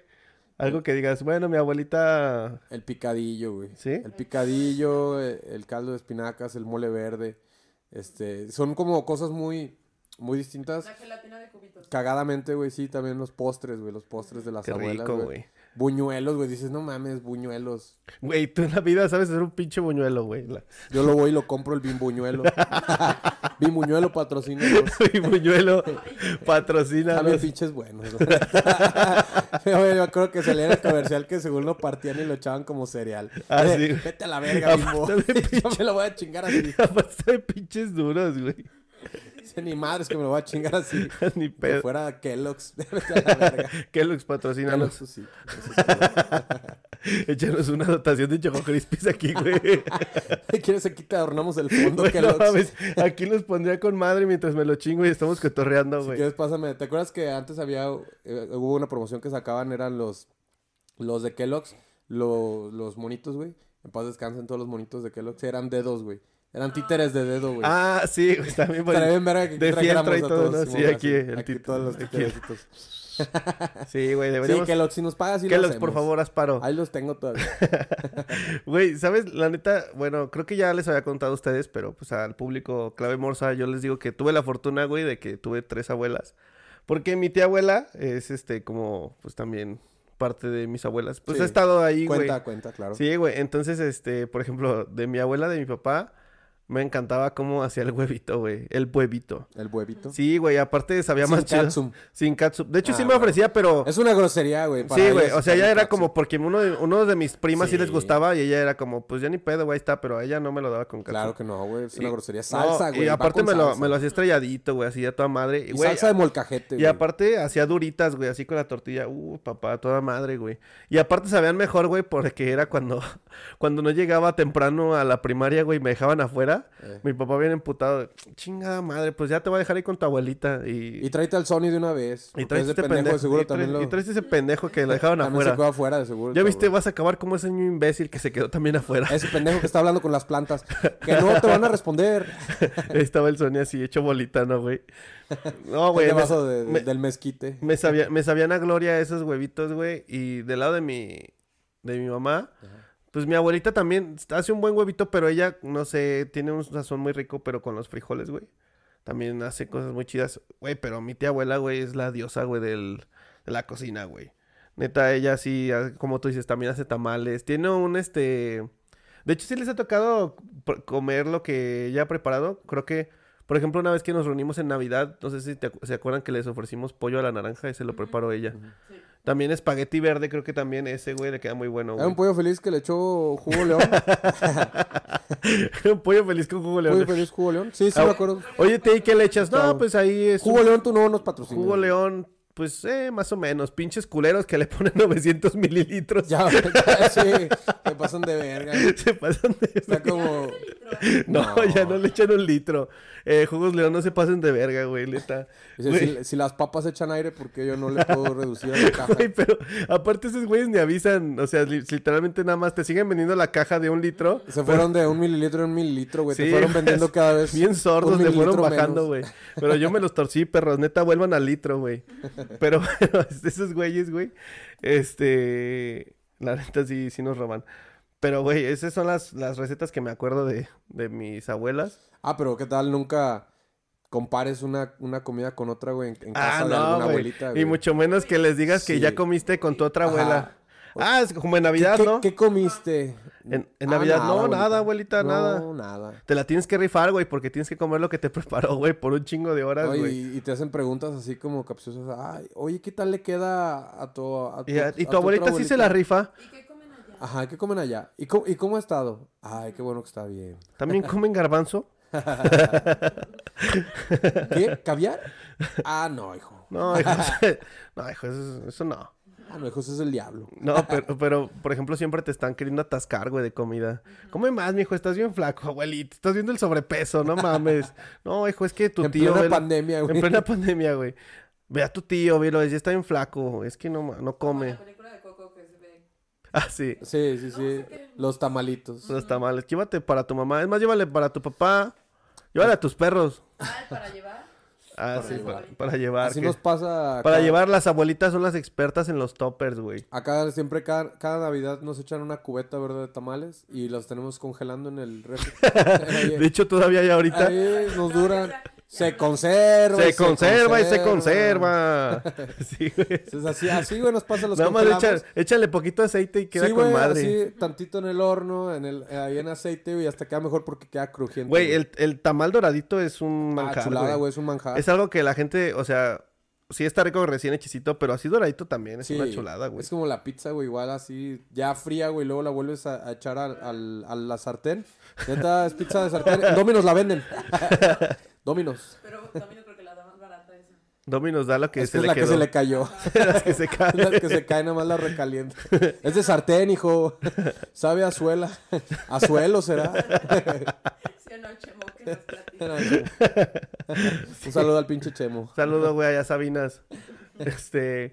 Speaker 1: Algo que digas, bueno, mi abuelita.
Speaker 3: El picadillo, güey.
Speaker 1: ¿Sí?
Speaker 3: El picadillo, eh, el caldo de espinacas, el mole verde. Este, son como cosas muy, muy distintas.
Speaker 2: La gelatina de cubitos.
Speaker 3: Cagadamente, güey, sí, también los postres, güey, los postres de las
Speaker 1: Qué
Speaker 3: abuelas,
Speaker 1: rico,
Speaker 3: güey.
Speaker 1: güey.
Speaker 3: Buñuelos, güey, dices, no mames, buñuelos.
Speaker 1: Güey, tú en la vida sabes hacer un pinche buñuelo, güey. La-
Speaker 3: Yo lo voy y lo compro el bimbuñuelo. bimbuñuelo patrocina. güey.
Speaker 1: Y buñuelo patrocina.
Speaker 3: Saben pinches buenos. ¿no? Yo me acuerdo que salía en el comercial que según lo partían y lo echaban como cereal.
Speaker 1: Ah,
Speaker 3: Eh,
Speaker 1: sí, güey.
Speaker 3: Vete a la verga, bimbo.
Speaker 1: Aparte de
Speaker 3: Yo me lo voy a chingar así.
Speaker 1: Aparte de pinches duros, güey.
Speaker 3: Dice, ni madres que me lo voy a chingar así.
Speaker 1: Ni
Speaker 3: Que
Speaker 1: pedo.
Speaker 3: fuera Kellogg's. Vete a la verga.
Speaker 1: Kellogg's patrocina.
Speaker 3: Kellogg's, sí. Eso sí, güey.
Speaker 1: Échanos una dotación de Choco Crispies aquí, güey.
Speaker 3: Si ¿Quieres aquí te adornamos el fondo,
Speaker 1: Güey, no
Speaker 3: Kellogg's?
Speaker 1: mames, Aquí los pondría con madre mientras me lo chingo y estamos cotorreando,
Speaker 3: Si
Speaker 1: güey.
Speaker 3: quieres, pásame. ¿Te acuerdas que antes había, eh, hubo una promoción que sacaban, eran los, los de Kellogg's, lo- los monitos, güey? En paz descansen todos los monitos de Kellogg's. Eran dedos, güey. Eran títeres de dedo, güey.
Speaker 1: Ah, sí, güey, está bien
Speaker 3: Estaría
Speaker 1: bonito.
Speaker 3: bien verga que aquí
Speaker 1: de
Speaker 3: trajéramos
Speaker 1: fieltro y
Speaker 3: a
Speaker 1: todo,
Speaker 3: todos,
Speaker 1: ¿no?
Speaker 3: Simón,
Speaker 1: Sí,
Speaker 3: así.
Speaker 1: aquí el
Speaker 3: Aquí
Speaker 1: tit-
Speaker 3: todos los
Speaker 1: aquí el-
Speaker 3: títerecitos.
Speaker 1: Sí, güey,
Speaker 3: Sí,
Speaker 1: deberíamos.
Speaker 3: Kellogg's, si nos pagas, sí lo
Speaker 1: Kellogg's, por
Speaker 3: hacemos.
Speaker 1: favor, Asparo.
Speaker 3: Ahí los tengo todavía.
Speaker 1: Güey, ¿sabes? La neta, bueno, creo que ya les había contado a ustedes, pero pues al público clave morsa, yo les digo que tuve la fortuna, güey, de que tuve tres abuelas. Porque mi tía abuela es este, como, pues también parte de mis abuelas. Pues
Speaker 3: Sí.
Speaker 1: ha estado ahí, güey.
Speaker 3: Cuenta, cuenta, claro.
Speaker 1: Sí, güey. Entonces, este, por ejemplo, de mi abuela, de mi papá, me encantaba cómo hacía el huevito, güey. El huevito.
Speaker 3: El huevito.
Speaker 1: Sí, güey, aparte sabía
Speaker 3: Sin
Speaker 1: más chido.
Speaker 3: catsup.
Speaker 1: Sin catsup. De hecho,
Speaker 3: Ah,
Speaker 1: sí me
Speaker 3: huevo.
Speaker 1: ofrecía, pero...
Speaker 3: Es una grosería, güey. para
Speaker 1: Sí, güey,
Speaker 3: ellos
Speaker 1: o sea, ya
Speaker 3: está
Speaker 1: era
Speaker 3: bien
Speaker 1: como
Speaker 3: catsup.
Speaker 1: porque uno de, uno de mis primas sí. les
Speaker 3: Sí.
Speaker 1: gustaba y ella era como, pues ya ni pedo, güey, ahí está, pero a ella no me lo daba con catsup.
Speaker 3: Claro que no, güey. Es una
Speaker 1: Y-
Speaker 3: grosería.
Speaker 1: no,
Speaker 3: Salsa, güey.
Speaker 1: Y
Speaker 3: va
Speaker 1: aparte
Speaker 3: con
Speaker 1: me lo,
Speaker 3: salsa.
Speaker 1: me lo hacía estrelladito, güey, así ya toda madre. Y,
Speaker 3: Y
Speaker 1: güey, ah,
Speaker 3: salsa de molcajete,
Speaker 1: y
Speaker 3: güey.
Speaker 1: aparte hacía duritas, güey, así con la tortilla. Uh, papá, toda madre, güey. Y aparte sabían mejor, güey, porque era cuando, cuando no llegaba temprano a la primaria, güey, me dejaban afuera.
Speaker 3: Eh.
Speaker 1: Mi papá bien emputado. Chingada madre, pues ya te voy a dejar ahí con tu abuelita. Y,
Speaker 3: Y tráete al Sony de una vez.
Speaker 1: y
Speaker 3: porque es de
Speaker 1: este
Speaker 3: pendejo, de seguro
Speaker 1: y traes-
Speaker 3: también lo...
Speaker 1: y traes ese pendejo que lo dejaban
Speaker 3: también
Speaker 1: afuera.
Speaker 3: se quedó afuera, de seguro.
Speaker 1: Ya viste,
Speaker 3: cabrón.
Speaker 1: vas a acabar como ese niño imbécil que se quedó también afuera.
Speaker 3: Ese pendejo que está hablando con las plantas. Que no te van a responder.
Speaker 1: Estaba el Sony así hecho bolita, ¿no, güey? No, güey.
Speaker 3: el
Speaker 1: me-
Speaker 3: vaso de- de-
Speaker 1: me-
Speaker 3: del mezquite.
Speaker 1: Me, sabía- me sabían a gloria esos huevitos, güey. Y del lado de mi, de mi mamá, pues mi abuelita también hace un buen huevito, pero ella, no sé, tiene un sazón muy rico, pero con los frijoles, güey. También hace cosas muy chidas, güey. Pero mi tía abuela, güey, es la diosa, güey, del, de la cocina, güey. Neta, ella sí, ha- como tú dices, también hace tamales. Tiene un, este... De hecho, sí les ha tocado pr- comer lo que ella ha preparado. Creo que, por ejemplo, una vez que nos reunimos en Navidad, no sé si te acu- se acuerdan que les ofrecimos pollo a la naranja y se lo preparó ella.
Speaker 2: Sí.
Speaker 1: También espagueti verde, creo que también ese, güey, le queda muy bueno,
Speaker 3: Era
Speaker 1: güey.
Speaker 3: un pollo feliz que le echó jugo león.
Speaker 1: Un pollo feliz con jugo león.
Speaker 3: pollo feliz, jugo león. Sí, sí,
Speaker 1: Ah,
Speaker 3: me acuerdo.
Speaker 1: Oye, te ¿y qué le echas? No,
Speaker 3: Gustavo.
Speaker 1: pues ahí es
Speaker 3: Jugo
Speaker 1: un
Speaker 3: león, tú no nos patrocinas.
Speaker 1: jugo león. Pues, eh, más o menos. Pinches culeros que le ponen 900 mililitros.
Speaker 3: Ya, ya, sí. Te pasan de verga.
Speaker 1: Se pasan de...
Speaker 3: Está como...
Speaker 2: litro.
Speaker 1: No,
Speaker 3: No.
Speaker 1: ya no le echan un litro. Eh, Jugos León no se pasen de verga, güey, neta.
Speaker 3: Dice,
Speaker 1: Güey.
Speaker 3: si, si las papas echan aire, ¿por qué yo no le puedo reducir a la caja?
Speaker 1: Güey, pero aparte esos güeyes ni avisan, o sea, li- literalmente nada más te siguen vendiendo la caja de un litro.
Speaker 3: Se fueron de un mililitro en un mililitro, güey.
Speaker 1: Sí,
Speaker 3: Te fueron vendiendo cada vez.
Speaker 1: Bien sordos,
Speaker 3: Pues, un
Speaker 1: le fueron
Speaker 3: mililitro
Speaker 1: bajando,
Speaker 3: menos.
Speaker 1: güey. Pero yo me los torcí, perros. Neta, vuelvan al litro, güey. Pero bueno, esos güeyes, güey. Este. La neta sí, sí nos roban. Pero, güey, esas son las, las recetas que me acuerdo de, de mis abuelas.
Speaker 3: Ah, pero ¿qué tal? Nunca compares una, una comida con otra, güey, en, en casa
Speaker 1: Ah,
Speaker 3: de alguna
Speaker 1: no, güey.
Speaker 3: abuelita,
Speaker 1: Y
Speaker 3: güey.
Speaker 1: mucho menos que les digas que
Speaker 3: Sí.
Speaker 1: ya comiste con tu otra
Speaker 3: Ajá.
Speaker 1: abuela. Ah, es como en
Speaker 3: ¿Qué,
Speaker 1: Navidad,
Speaker 3: qué-
Speaker 1: ¿no?
Speaker 3: qué comiste? Ah,
Speaker 1: En- en Navidad, no, nada, abuelita,
Speaker 3: No, nada.
Speaker 1: Te la tienes que rifar, güey, porque tienes que comer lo que te preparó, güey, por un chingo de horas,
Speaker 3: No,
Speaker 1: güey.
Speaker 3: y, y te hacen preguntas así como capciosas. Ay, oye, ¿qué tal le queda a tu a
Speaker 1: Y, a- y
Speaker 3: a
Speaker 1: tu abuelita
Speaker 3: otra
Speaker 1: sí se la
Speaker 3: abuelita?
Speaker 1: rifa.
Speaker 2: ¿Y qué comen allá?
Speaker 3: Ajá, ¿qué comen allá? ¿Y cómo, ¿Y cómo ha estado? Ay, qué bueno que está bien.
Speaker 1: También comen garbanzo.
Speaker 3: ¿Qué? ¿Caviar? Ah, no, hijo.
Speaker 1: No, hijo, no, hijo, eso, eso no.
Speaker 3: Ah, no, hijo, ese es el diablo.
Speaker 1: No, pero, pero, por ejemplo, siempre te están queriendo atascar, güey, de comida. Come más, mijo, estás bien flaco, abuelito. Estás viendo el sobrepeso, no mames. No, hijo, es que tu
Speaker 3: en
Speaker 1: tío.
Speaker 3: plena
Speaker 1: velo-
Speaker 3: pandemia, güey.
Speaker 1: En plena pandemia, güey. Ve a tu tío, velo, ya está bien flaco. Es que no, ma- no
Speaker 2: Como
Speaker 1: come.
Speaker 2: la película de Coco que se ve.
Speaker 1: Ah, sí.
Speaker 3: Sí, sí, sí.
Speaker 2: sé qué.
Speaker 3: Los tamalitos.
Speaker 1: Los tamales. Llévate para tu mamá. Es más, llévale para tu papá. Llévale a tus perros.
Speaker 2: Ah, para llevar.
Speaker 1: Ah,
Speaker 3: Para
Speaker 1: sí,
Speaker 3: llevar.
Speaker 1: Para, para llevar.
Speaker 3: Así
Speaker 1: que-
Speaker 3: nos pasa.
Speaker 1: Para
Speaker 3: acá.
Speaker 1: llevar, las abuelitas son las expertas en los toppers, güey.
Speaker 3: Acá siempre, cada, cada Navidad nos echan una cubeta verde de tamales y los tenemos congelando en el refri. Ahí-
Speaker 1: De hecho, todavía hay ahorita.
Speaker 3: ahí nos duran. Se conserva.
Speaker 1: Se conserva y se conserva. Sí, güey.
Speaker 3: Es así, así, güey, nos pasa los
Speaker 1: Nada más
Speaker 3: congelamos.
Speaker 1: echa- échale poquito aceite y queda
Speaker 3: sí,
Speaker 1: con
Speaker 3: güey,
Speaker 1: madre.
Speaker 3: así, tantito en el horno, en el, ahí en aceite, güey, hasta queda mejor porque queda crujiente.
Speaker 1: Güey, el, el tamal doradito es un
Speaker 3: Ah,
Speaker 1: manjar,
Speaker 3: chulada,
Speaker 1: güey.
Speaker 3: güey, es un manjar.
Speaker 1: Es algo que la gente, o sea, sí está rico recién hechicito, pero así doradito también es
Speaker 3: Sí,
Speaker 1: una chulada, güey.
Speaker 3: Es como la pizza, güey, igual así, ya fría, güey, luego la vuelves a, a echar al, al- a la sartén. Neta, es pizza de sartén. En Dominos la venden. Dominos.
Speaker 2: Pero también yo creo que la da más barata esa.
Speaker 1: Domino's da lo que
Speaker 3: es
Speaker 1: se
Speaker 3: que es
Speaker 1: le
Speaker 3: la
Speaker 1: quedó.
Speaker 3: que se le cayó.
Speaker 1: Las que se caen.
Speaker 3: Las que se caen, nada más la recalienta. Es de sartén, hijo. Sabe a suela. A suelo será.
Speaker 2: Sí, no, Chemo, que nos platica.
Speaker 3: Un saludo al pinche Chemo.
Speaker 1: Saludos, güey, allá Sabinas. Este.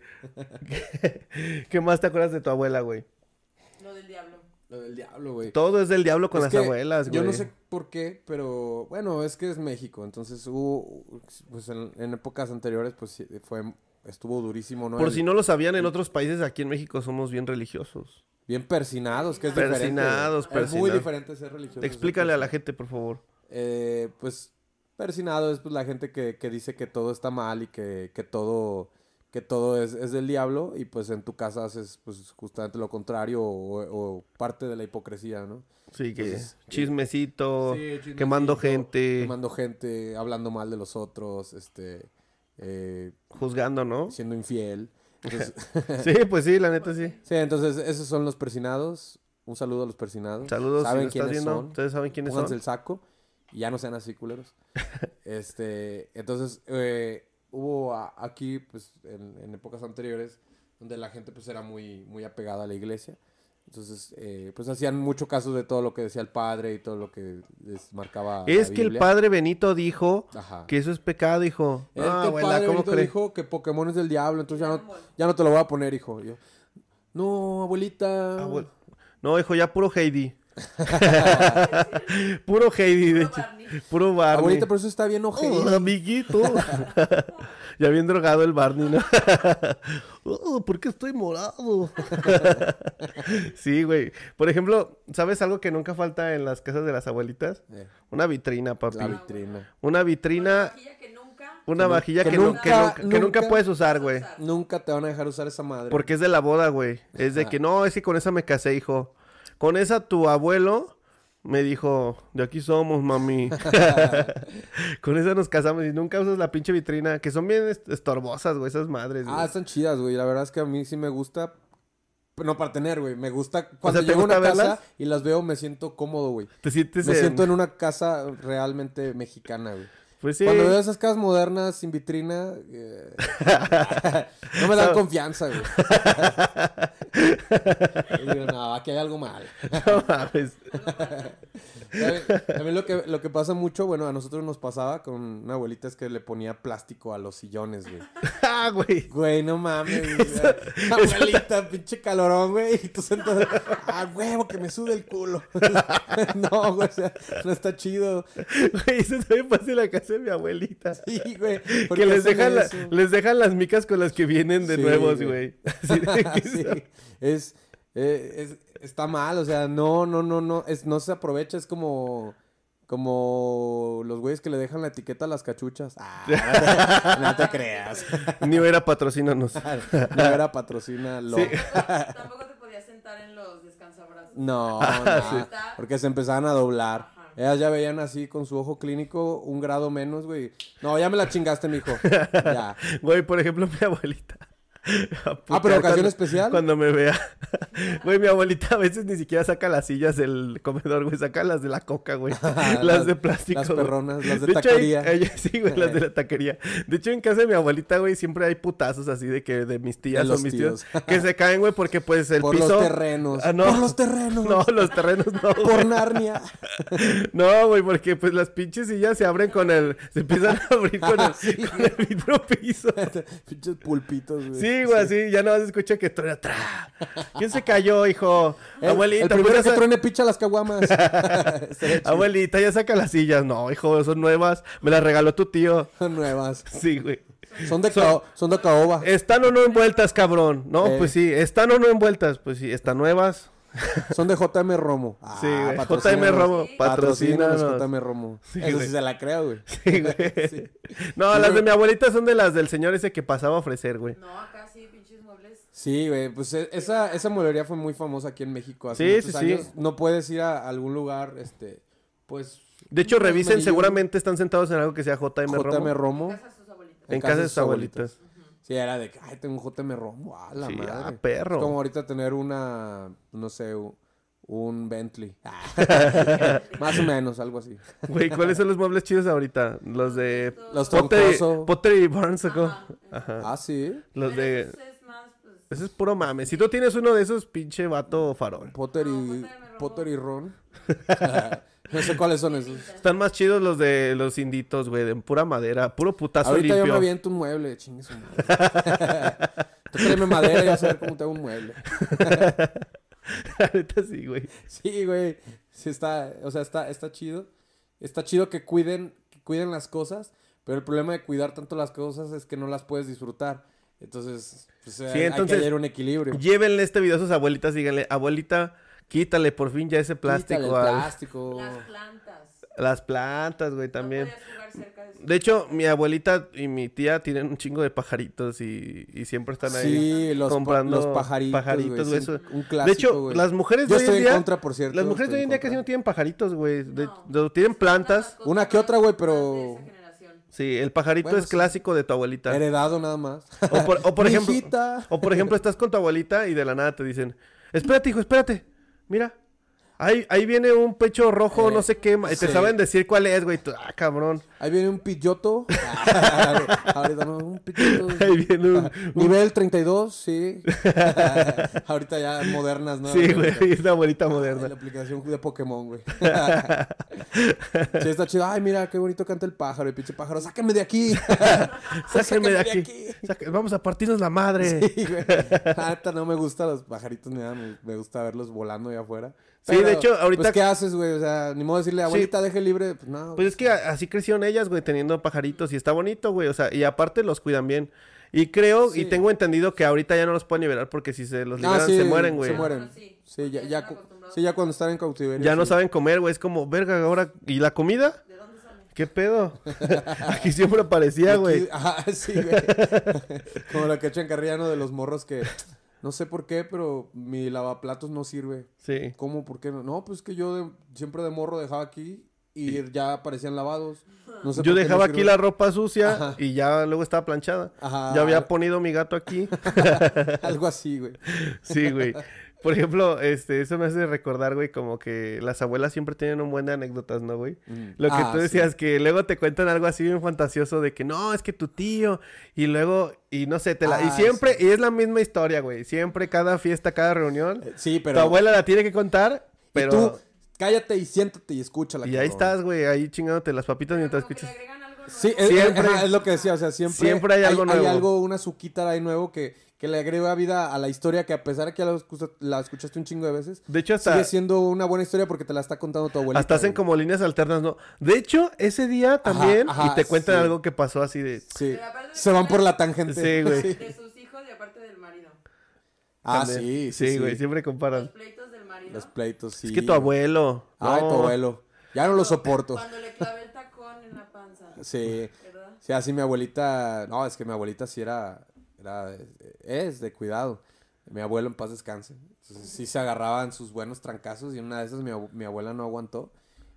Speaker 1: ¿qué, qué más te acuerdas de tu abuela, güey?
Speaker 2: Lo del diablo.
Speaker 3: Lo del diablo, güey.
Speaker 1: Todo es del diablo con
Speaker 3: Es
Speaker 1: las
Speaker 3: que
Speaker 1: abuelas, güey.
Speaker 3: Yo no sé por qué, pero bueno, es que es México, entonces hubo, pues en, en épocas anteriores, pues sí, fue, estuvo durísimo, ¿no?
Speaker 1: Por
Speaker 3: El-
Speaker 1: si no lo sabían, en otros países aquí en México somos bien religiosos.
Speaker 3: Bien persinados, que es
Speaker 1: Persinados,
Speaker 3: diferente. Es muy
Speaker 1: persinados.
Speaker 3: diferente ser religioso.
Speaker 1: Explícale a la gente, por favor.
Speaker 3: Eh, pues persinado es pues, la gente que, que dice que todo está mal y que, que todo, que todo es, es del diablo y pues en tu casa haces pues justamente lo contrario o, o parte de la hipocresía, ¿no?
Speaker 1: Sí, que
Speaker 3: Entonces,
Speaker 1: chismecito,
Speaker 3: Sí, chismecito,
Speaker 1: quemando gente,
Speaker 3: Quemando gente, hablando mal de los otros, este, eh,
Speaker 1: juzgando, ¿no? Sí.
Speaker 3: siendo infiel. Entonces,
Speaker 1: pues sí, la neta sí.
Speaker 3: sí, entonces esos son los persinados. Un saludo a los persinados.
Speaker 1: Saludos, si
Speaker 3: ¿Saben
Speaker 1: lo estás
Speaker 3: quiénes
Speaker 1: viendo,
Speaker 3: son?
Speaker 1: ustedes saben quiénes
Speaker 3: Pónganse
Speaker 1: son.
Speaker 3: el saco y ya no sean así culeros. este, entonces, eh, hubo a- aquí, pues, en, en épocas anteriores, donde la gente, pues, era muy, muy apegada a la iglesia. Entonces, eh, pues, hacían mucho caso de todo lo que decía el padre y todo lo que les marcaba la
Speaker 1: Es que el
Speaker 3: Biblia.
Speaker 1: padre Benito dijo
Speaker 3: Ajá.
Speaker 1: que eso es pecado, hijo. No,
Speaker 3: Es que el
Speaker 1: abuela,
Speaker 3: Este padre
Speaker 1: Ah, ¿cómo
Speaker 3: Benito
Speaker 1: crees?
Speaker 3: dijo que Pokémon es del diablo, entonces ya no,
Speaker 2: Dragon Ball.
Speaker 3: ya no te lo voy a poner, hijo. Y yo, no, abuelita.
Speaker 1: Abue- Ah, No, hijo, ya puro Heidi. puro Heidi, de
Speaker 2: Puro
Speaker 1: hecho.
Speaker 2: Barney.
Speaker 1: Puro Barney.
Speaker 3: Abuelita, pero eso está bien ojete.
Speaker 1: Oh, amiguito. ya bien drogado el Barney, ¿no? oh, ¿Por qué estoy morado? sí, güey. Por ejemplo, ¿sabes algo que nunca falta en las casas de las abuelitas?
Speaker 3: Eh,
Speaker 1: Una vitrina, papi.
Speaker 3: la vitrina.
Speaker 1: Una
Speaker 2: Una
Speaker 1: vitrina,
Speaker 2: vajilla que nunca.
Speaker 1: una vajilla
Speaker 3: que
Speaker 1: que, nu-
Speaker 3: nunca-
Speaker 1: que nunca, que nunca
Speaker 3: nunca-
Speaker 1: puedes usar, güey.
Speaker 2: usar.
Speaker 3: Nunca te van a dejar usar esa madre.
Speaker 1: Porque es de la boda, güey. Es de que no, es que con esa me casé, hijo. Con esa tu abuelo me dijo, de aquí somos, mami. con esa nos casamos y nunca usas la pinche vitrina, que son bien est- estorbosas, güey, esas madres. güey.
Speaker 3: Ah, están chidas, güey. La verdad es que a mí sí me gusta. pero No para tener, güey. Me gusta cuando
Speaker 1: ¿te
Speaker 3: llego a una
Speaker 1: gusta verlas?
Speaker 3: casa y las veo, me siento cómodo, güey.
Speaker 1: Te sientes
Speaker 3: Me
Speaker 1: en-
Speaker 3: siento en una casa realmente mexicana, güey.
Speaker 1: Pues sí.
Speaker 3: Cuando veo esas casas modernas sin vitrina, eh, no me dan confianza, güey. Y digo, no, aquí hay algo mal.
Speaker 1: No mames.
Speaker 3: También, también lo, que, lo que pasa mucho, bueno, a nosotros nos pasaba con una abuelita es que le ponía plástico a los sillones, güey.
Speaker 1: Ah, güey.
Speaker 3: Güey, no mames. güey. abuelita, pinche calorón, güey. Y tú sentado, ah, huevo, que me sube el culo. no, güey, o sea, no está chido.
Speaker 1: Güey, eso también pasa en la casa de mi abuelita.
Speaker 3: Sí, güey. ¿por
Speaker 1: Que
Speaker 3: qué
Speaker 1: les
Speaker 3: hacen
Speaker 1: dejan, la-
Speaker 3: eso?
Speaker 1: les dejan las micas con las que vienen de
Speaker 3: Sí,
Speaker 1: nuevos,
Speaker 3: güey.
Speaker 1: güey. Así de que-
Speaker 3: Ah, Sí, es, eh, es- está mal, o sea, no, no, no, no, es, no se aprovecha, es como, como los güeyes que le dejan la etiqueta a las cachuchas. Ah, no te creas.
Speaker 1: Ni era patrocínanos.
Speaker 3: No era patrocina lo.
Speaker 2: Tampoco, tampoco te podías sentar en los descansabrazos.
Speaker 1: Mm.
Speaker 3: No,
Speaker 2: sí.
Speaker 3: no, porque se empezaban a doblar.
Speaker 2: Ajá.
Speaker 3: Ellas ya veían así con su ojo clínico un grado menos, güey. No, ya me la chingaste, mijo. Ya.
Speaker 1: Güey, por ejemplo, mi abuelita. Ah,
Speaker 3: pero ocasión especial.
Speaker 1: Cuando me vea. Güey, mi abuelita a veces ni siquiera saca las sillas del comedor, güey. Saca las de la coca, güey. las, de plástico.
Speaker 3: Ah, las
Speaker 1: güey.
Speaker 3: perronas, las de
Speaker 1: hecho, ahí-
Speaker 3: taquería.
Speaker 1: ahí- sí, güey, las de la taquería. De hecho, en casa de mi abuelita, güey, siempre hay putazos así de que de mis tías
Speaker 3: De
Speaker 1: o
Speaker 3: los
Speaker 1: mis
Speaker 3: tíos.
Speaker 1: tíos. que se caen, güey, porque pues el
Speaker 3: Por los
Speaker 1: piso.
Speaker 3: terrenos.
Speaker 1: Ah, no.
Speaker 3: Por los terrenos.
Speaker 1: No, los terrenos no. güey.
Speaker 3: Por Narnia.
Speaker 1: No, güey, porque pues las pinches sillas se abren con el. Se empiezan a abrir con el,
Speaker 3: Ah, Sí,
Speaker 1: con el mismo piso.
Speaker 3: Pinches pulpitos, güey.
Speaker 1: Sí, güey, sí, ya nada más escucha que truena atrás. ¿Quién se cayó, hijo?
Speaker 3: El,
Speaker 1: abuelita,
Speaker 3: el primero
Speaker 1: pues,
Speaker 3: que
Speaker 1: esa-
Speaker 3: truene picha las caguamas. Estaría chido.
Speaker 1: abuelita, ya saca las sillas. No, hijo, son nuevas. Me las regaló tu tío.
Speaker 3: Son nuevas.
Speaker 1: Sí, güey.
Speaker 3: Son de,
Speaker 1: Son-
Speaker 3: cao- son de caoba.
Speaker 1: ¿Están o no envueltas, cabrón? No,
Speaker 3: Eh.
Speaker 1: pues sí, ¿están o no envueltas? Pues sí, están nuevas.
Speaker 3: Son de JM Romo. Ah,
Speaker 1: Sí, güey.
Speaker 3: patrocínanos.
Speaker 1: JM Romo,
Speaker 3: Patrocínanos,
Speaker 1: patrocínanos.
Speaker 3: JM Romo.
Speaker 1: Sí,
Speaker 3: Eso sí
Speaker 1: güey.
Speaker 3: se la creo, güey.
Speaker 1: Sí, güey.
Speaker 3: Sí.
Speaker 1: No,
Speaker 3: Sí,
Speaker 1: las
Speaker 3: güey.
Speaker 1: de mi abuelita son de las del señor ese que pasaba a ofrecer, güey.
Speaker 2: No, acá sí, pinches muebles.
Speaker 3: Sí, güey, pues e- esa, esa mueblería fue muy famosa aquí en México hace
Speaker 1: Sí,
Speaker 3: muchos
Speaker 1: sí, sí.
Speaker 3: años. No puedes ir a algún lugar, este, pues...
Speaker 1: De hecho,
Speaker 3: pues,
Speaker 1: revisen,
Speaker 3: amarillo,
Speaker 1: seguramente están sentados en algo que sea JM
Speaker 3: JM
Speaker 1: Romo.
Speaker 3: Romo.
Speaker 2: Casa de sus abuelitas.
Speaker 1: En casa de sus abuelitas.
Speaker 3: Sí, era de que, ay, tengo un JM Romo, a la
Speaker 1: Sí,
Speaker 3: madre.
Speaker 1: ah, perro.
Speaker 3: Es como ahorita tener una, no sé, u- un Bentley. Ah, Más o menos, algo así.
Speaker 1: Güey, ¿cuáles son los muebles chidos ahorita? Los de
Speaker 3: Los
Speaker 1: Potter,
Speaker 3: troncoso.
Speaker 1: Potter y Barnes, ¿o cómo? Ajá.
Speaker 3: Ah, sí.
Speaker 1: Los
Speaker 2: Pero
Speaker 1: de...
Speaker 2: esos es más, pues,
Speaker 1: Ese es puro mame. Si tú tienes uno de esos, pinche vato farol.
Speaker 3: Potter y,
Speaker 2: No, JM Romo.
Speaker 3: Potter y Ron. no sé cuáles son esos.
Speaker 1: Están más chidos los de los inditos, güey, de pura madera, puro putazo
Speaker 3: Ahorita yo me
Speaker 1: limpio.
Speaker 3: aviento un mueble, chingue su madre. Tú tráeme madera y vas a ver cómo te hago un mueble.
Speaker 1: Ahorita sí, güey.
Speaker 3: Sí, güey. Sí está, o sea, está, está chido. Está chido que cuiden, que cuiden las cosas, pero el problema de cuidar tanto las cosas es que no las puedes disfrutar. Entonces, pues, hay- hay,
Speaker 1: entonces,
Speaker 3: que hallar un equilibrio.
Speaker 1: Llévenle este video a sus abuelitas, díganle, abuelita, quítale por fin ya ese plástico
Speaker 3: Quítale el
Speaker 1: a
Speaker 3: plástico.
Speaker 2: las plantas.
Speaker 1: las plantas, güey, Oh. también.
Speaker 2: No podías jugar cerca de su...
Speaker 1: De hecho, mi abuelita y mi tía tienen un chingo de pajaritos y, y siempre están ahí.
Speaker 3: Sí, los, pa-
Speaker 1: comprando
Speaker 3: los pajaritos,
Speaker 1: pajaritos,
Speaker 3: güey.
Speaker 1: güey,
Speaker 3: es un-
Speaker 1: eso-
Speaker 3: un clásico,
Speaker 1: de hecho,
Speaker 3: güey.
Speaker 1: las mujeres de
Speaker 3: Yo
Speaker 1: hoy en
Speaker 3: estoy en
Speaker 1: día.
Speaker 3: contra, por cierto,
Speaker 1: Las mujeres de
Speaker 3: estoy
Speaker 1: hoy
Speaker 3: en
Speaker 1: en día
Speaker 3: contra.
Speaker 1: casi no tienen pajaritos, güey. de-
Speaker 2: No.
Speaker 1: de- tienen plantas.
Speaker 3: Una que otra, güey, pero-
Speaker 2: De esa generación.
Speaker 1: Sí, el pajarito
Speaker 3: Bueno,
Speaker 1: es
Speaker 3: sí.
Speaker 1: clásico de tu abuelita.
Speaker 3: Heredado nada más.
Speaker 1: O por, o por ejemplo,
Speaker 3: Mijita.
Speaker 1: o por ejemplo, estás con tu abuelita y de la nada te dicen, espérate, hijo, espérate, mira, ahí, ahí viene un pecho rojo,
Speaker 3: Eh,
Speaker 1: no sé qué, ma- y te
Speaker 3: sí.
Speaker 1: saben decir cuál es, güey, y tú, ah, cabrón,
Speaker 3: Ahí viene un pilloto. Ahorita no, un pilloto.
Speaker 1: ahí viene un...
Speaker 3: Nivel 32, sí. Ahorita ya modernas, ¿no?
Speaker 1: Sí, güey,
Speaker 3: Ahorita.
Speaker 1: es la abuelita
Speaker 3: Ay, La
Speaker 1: moderna.
Speaker 3: aplicación de Pokémon, güey. sí, está chido. Ay, mira, qué bonito canta el pájaro, el pinche pájaro. ¡Sáquenme de aquí!
Speaker 1: Sáquenme de aquí. Saca- Vamos a partirnos la madre.
Speaker 3: Sí, güey. La neta, no me gustan los pajaritos ni nada. Me, me gusta verlos volando allá afuera.
Speaker 1: Sí, de hecho, ahorita-
Speaker 3: Pues, ¿qué haces, güey? O sea, ni modo de decirle, abuelita, deje libre. Pues, no.
Speaker 1: Pues es que a- así crecieron ellas, güey, teniendo pajaritos y está bonito, güey, o sea, y aparte los cuidan bien. Y creo,
Speaker 3: Sí. Ah,
Speaker 1: y tengo entendido que ahorita ya no los pueden liberar porque si se los liberan se mueren, güey.
Speaker 3: Se mueren.
Speaker 2: Ah, sí.
Speaker 3: Sí, ya, ya,
Speaker 2: Están
Speaker 3: cu-
Speaker 2: acostumbrados.
Speaker 3: sí, ya cuando están en cautiverio.
Speaker 1: Ya no
Speaker 3: sí.
Speaker 1: saben comer, güey. Es como, verga, ahora. ¿Y la comida?
Speaker 2: ¿De dónde salen?
Speaker 1: ¿Qué pedo? Aquí siempre aparecía,
Speaker 3: Aquí-
Speaker 1: güey.
Speaker 3: Ajá, sí, güey. Como lo que echan carrilla, ¿no? De los morros que no sé por qué, pero mi lavaplatos no sirve.
Speaker 1: Sí.
Speaker 3: ¿Cómo? ¿Por qué no? No, pues que yo de- siempre de morro dejaba aquí y ya aparecían lavados. No
Speaker 1: Yo
Speaker 3: sé por qué no
Speaker 1: dejaba aquí
Speaker 3: sirve.
Speaker 1: la ropa sucia
Speaker 3: Ajá.
Speaker 1: y ya luego estaba planchada.
Speaker 3: Ajá.
Speaker 1: Ya había ponido mi gato aquí.
Speaker 3: Algo así, güey.
Speaker 1: Sí, güey. Por ejemplo, este, eso me hace recordar, güey, como que las abuelas siempre tienen un buen de anécdotas, ¿no, güey?
Speaker 3: Mm.
Speaker 1: Lo que
Speaker 3: Ah,
Speaker 1: tú
Speaker 3: sí.
Speaker 1: decías, que luego te cuentan algo así bien fantasioso de que no, es que tu tío, y luego, y no sé, te la. y
Speaker 3: Ah,
Speaker 1: siempre, y es la misma historia, güey. Siempre, cada fiesta, cada reunión,
Speaker 3: Sí, Eh, pero.
Speaker 1: tu abuela la tiene que contar,
Speaker 3: y
Speaker 1: pero.
Speaker 3: tú, cállate y siéntate y escúchala.
Speaker 1: Y ahí
Speaker 3: cabrón.
Speaker 1: estás, güey, ahí chingándote las papitas mientras
Speaker 2: Como que le
Speaker 1: escuchas.
Speaker 2: agregan algo nuevo.
Speaker 3: Sí, es,
Speaker 1: Siempre-
Speaker 3: ajá, es lo que decía, o sea, siempre,
Speaker 1: siempre hay algo nuevo.
Speaker 3: Hay algo, una suquita ahí nuevo que, que le agrega vida a la historia que a pesar de que ya la, escucha- la escuchaste un chingo de veces,
Speaker 1: De hecho, hasta.
Speaker 3: sigue siendo una buena historia porque te la está contando tu abuelita.
Speaker 1: Hasta hacen
Speaker 3: güey.
Speaker 1: como líneas alternas, ¿no? De hecho, ese día también,
Speaker 3: ajá,
Speaker 1: y te cuentan
Speaker 3: sí.
Speaker 1: algo que pasó así de...
Speaker 3: Sí,
Speaker 2: Pero aparte de-
Speaker 3: se van por la tangente.
Speaker 1: Sí, güey.
Speaker 2: De sus hijos y aparte del marido.
Speaker 3: Ah,
Speaker 1: también.
Speaker 3: sí,
Speaker 1: Sí, güey, siempre
Speaker 2: Los
Speaker 1: comparan.
Speaker 2: pleitos del marido.
Speaker 3: Los pleitos, sí.
Speaker 1: Es que tu
Speaker 3: güey.
Speaker 1: abuelo...
Speaker 3: Ay, tu
Speaker 1: no.
Speaker 3: abuelo. Ya no lo soporto.
Speaker 2: Cuando le clavé el tacón en la panza.
Speaker 3: Sí.
Speaker 2: ¿Verdad?
Speaker 3: Sí, así mi abuelita. No, es que mi abuelita sí era. era es de cuidado. Mi abuelo en paz descanse. Entonces, sí se agarraban sus buenos trancazos y en una de esas mi, abu- mi abuela no aguantó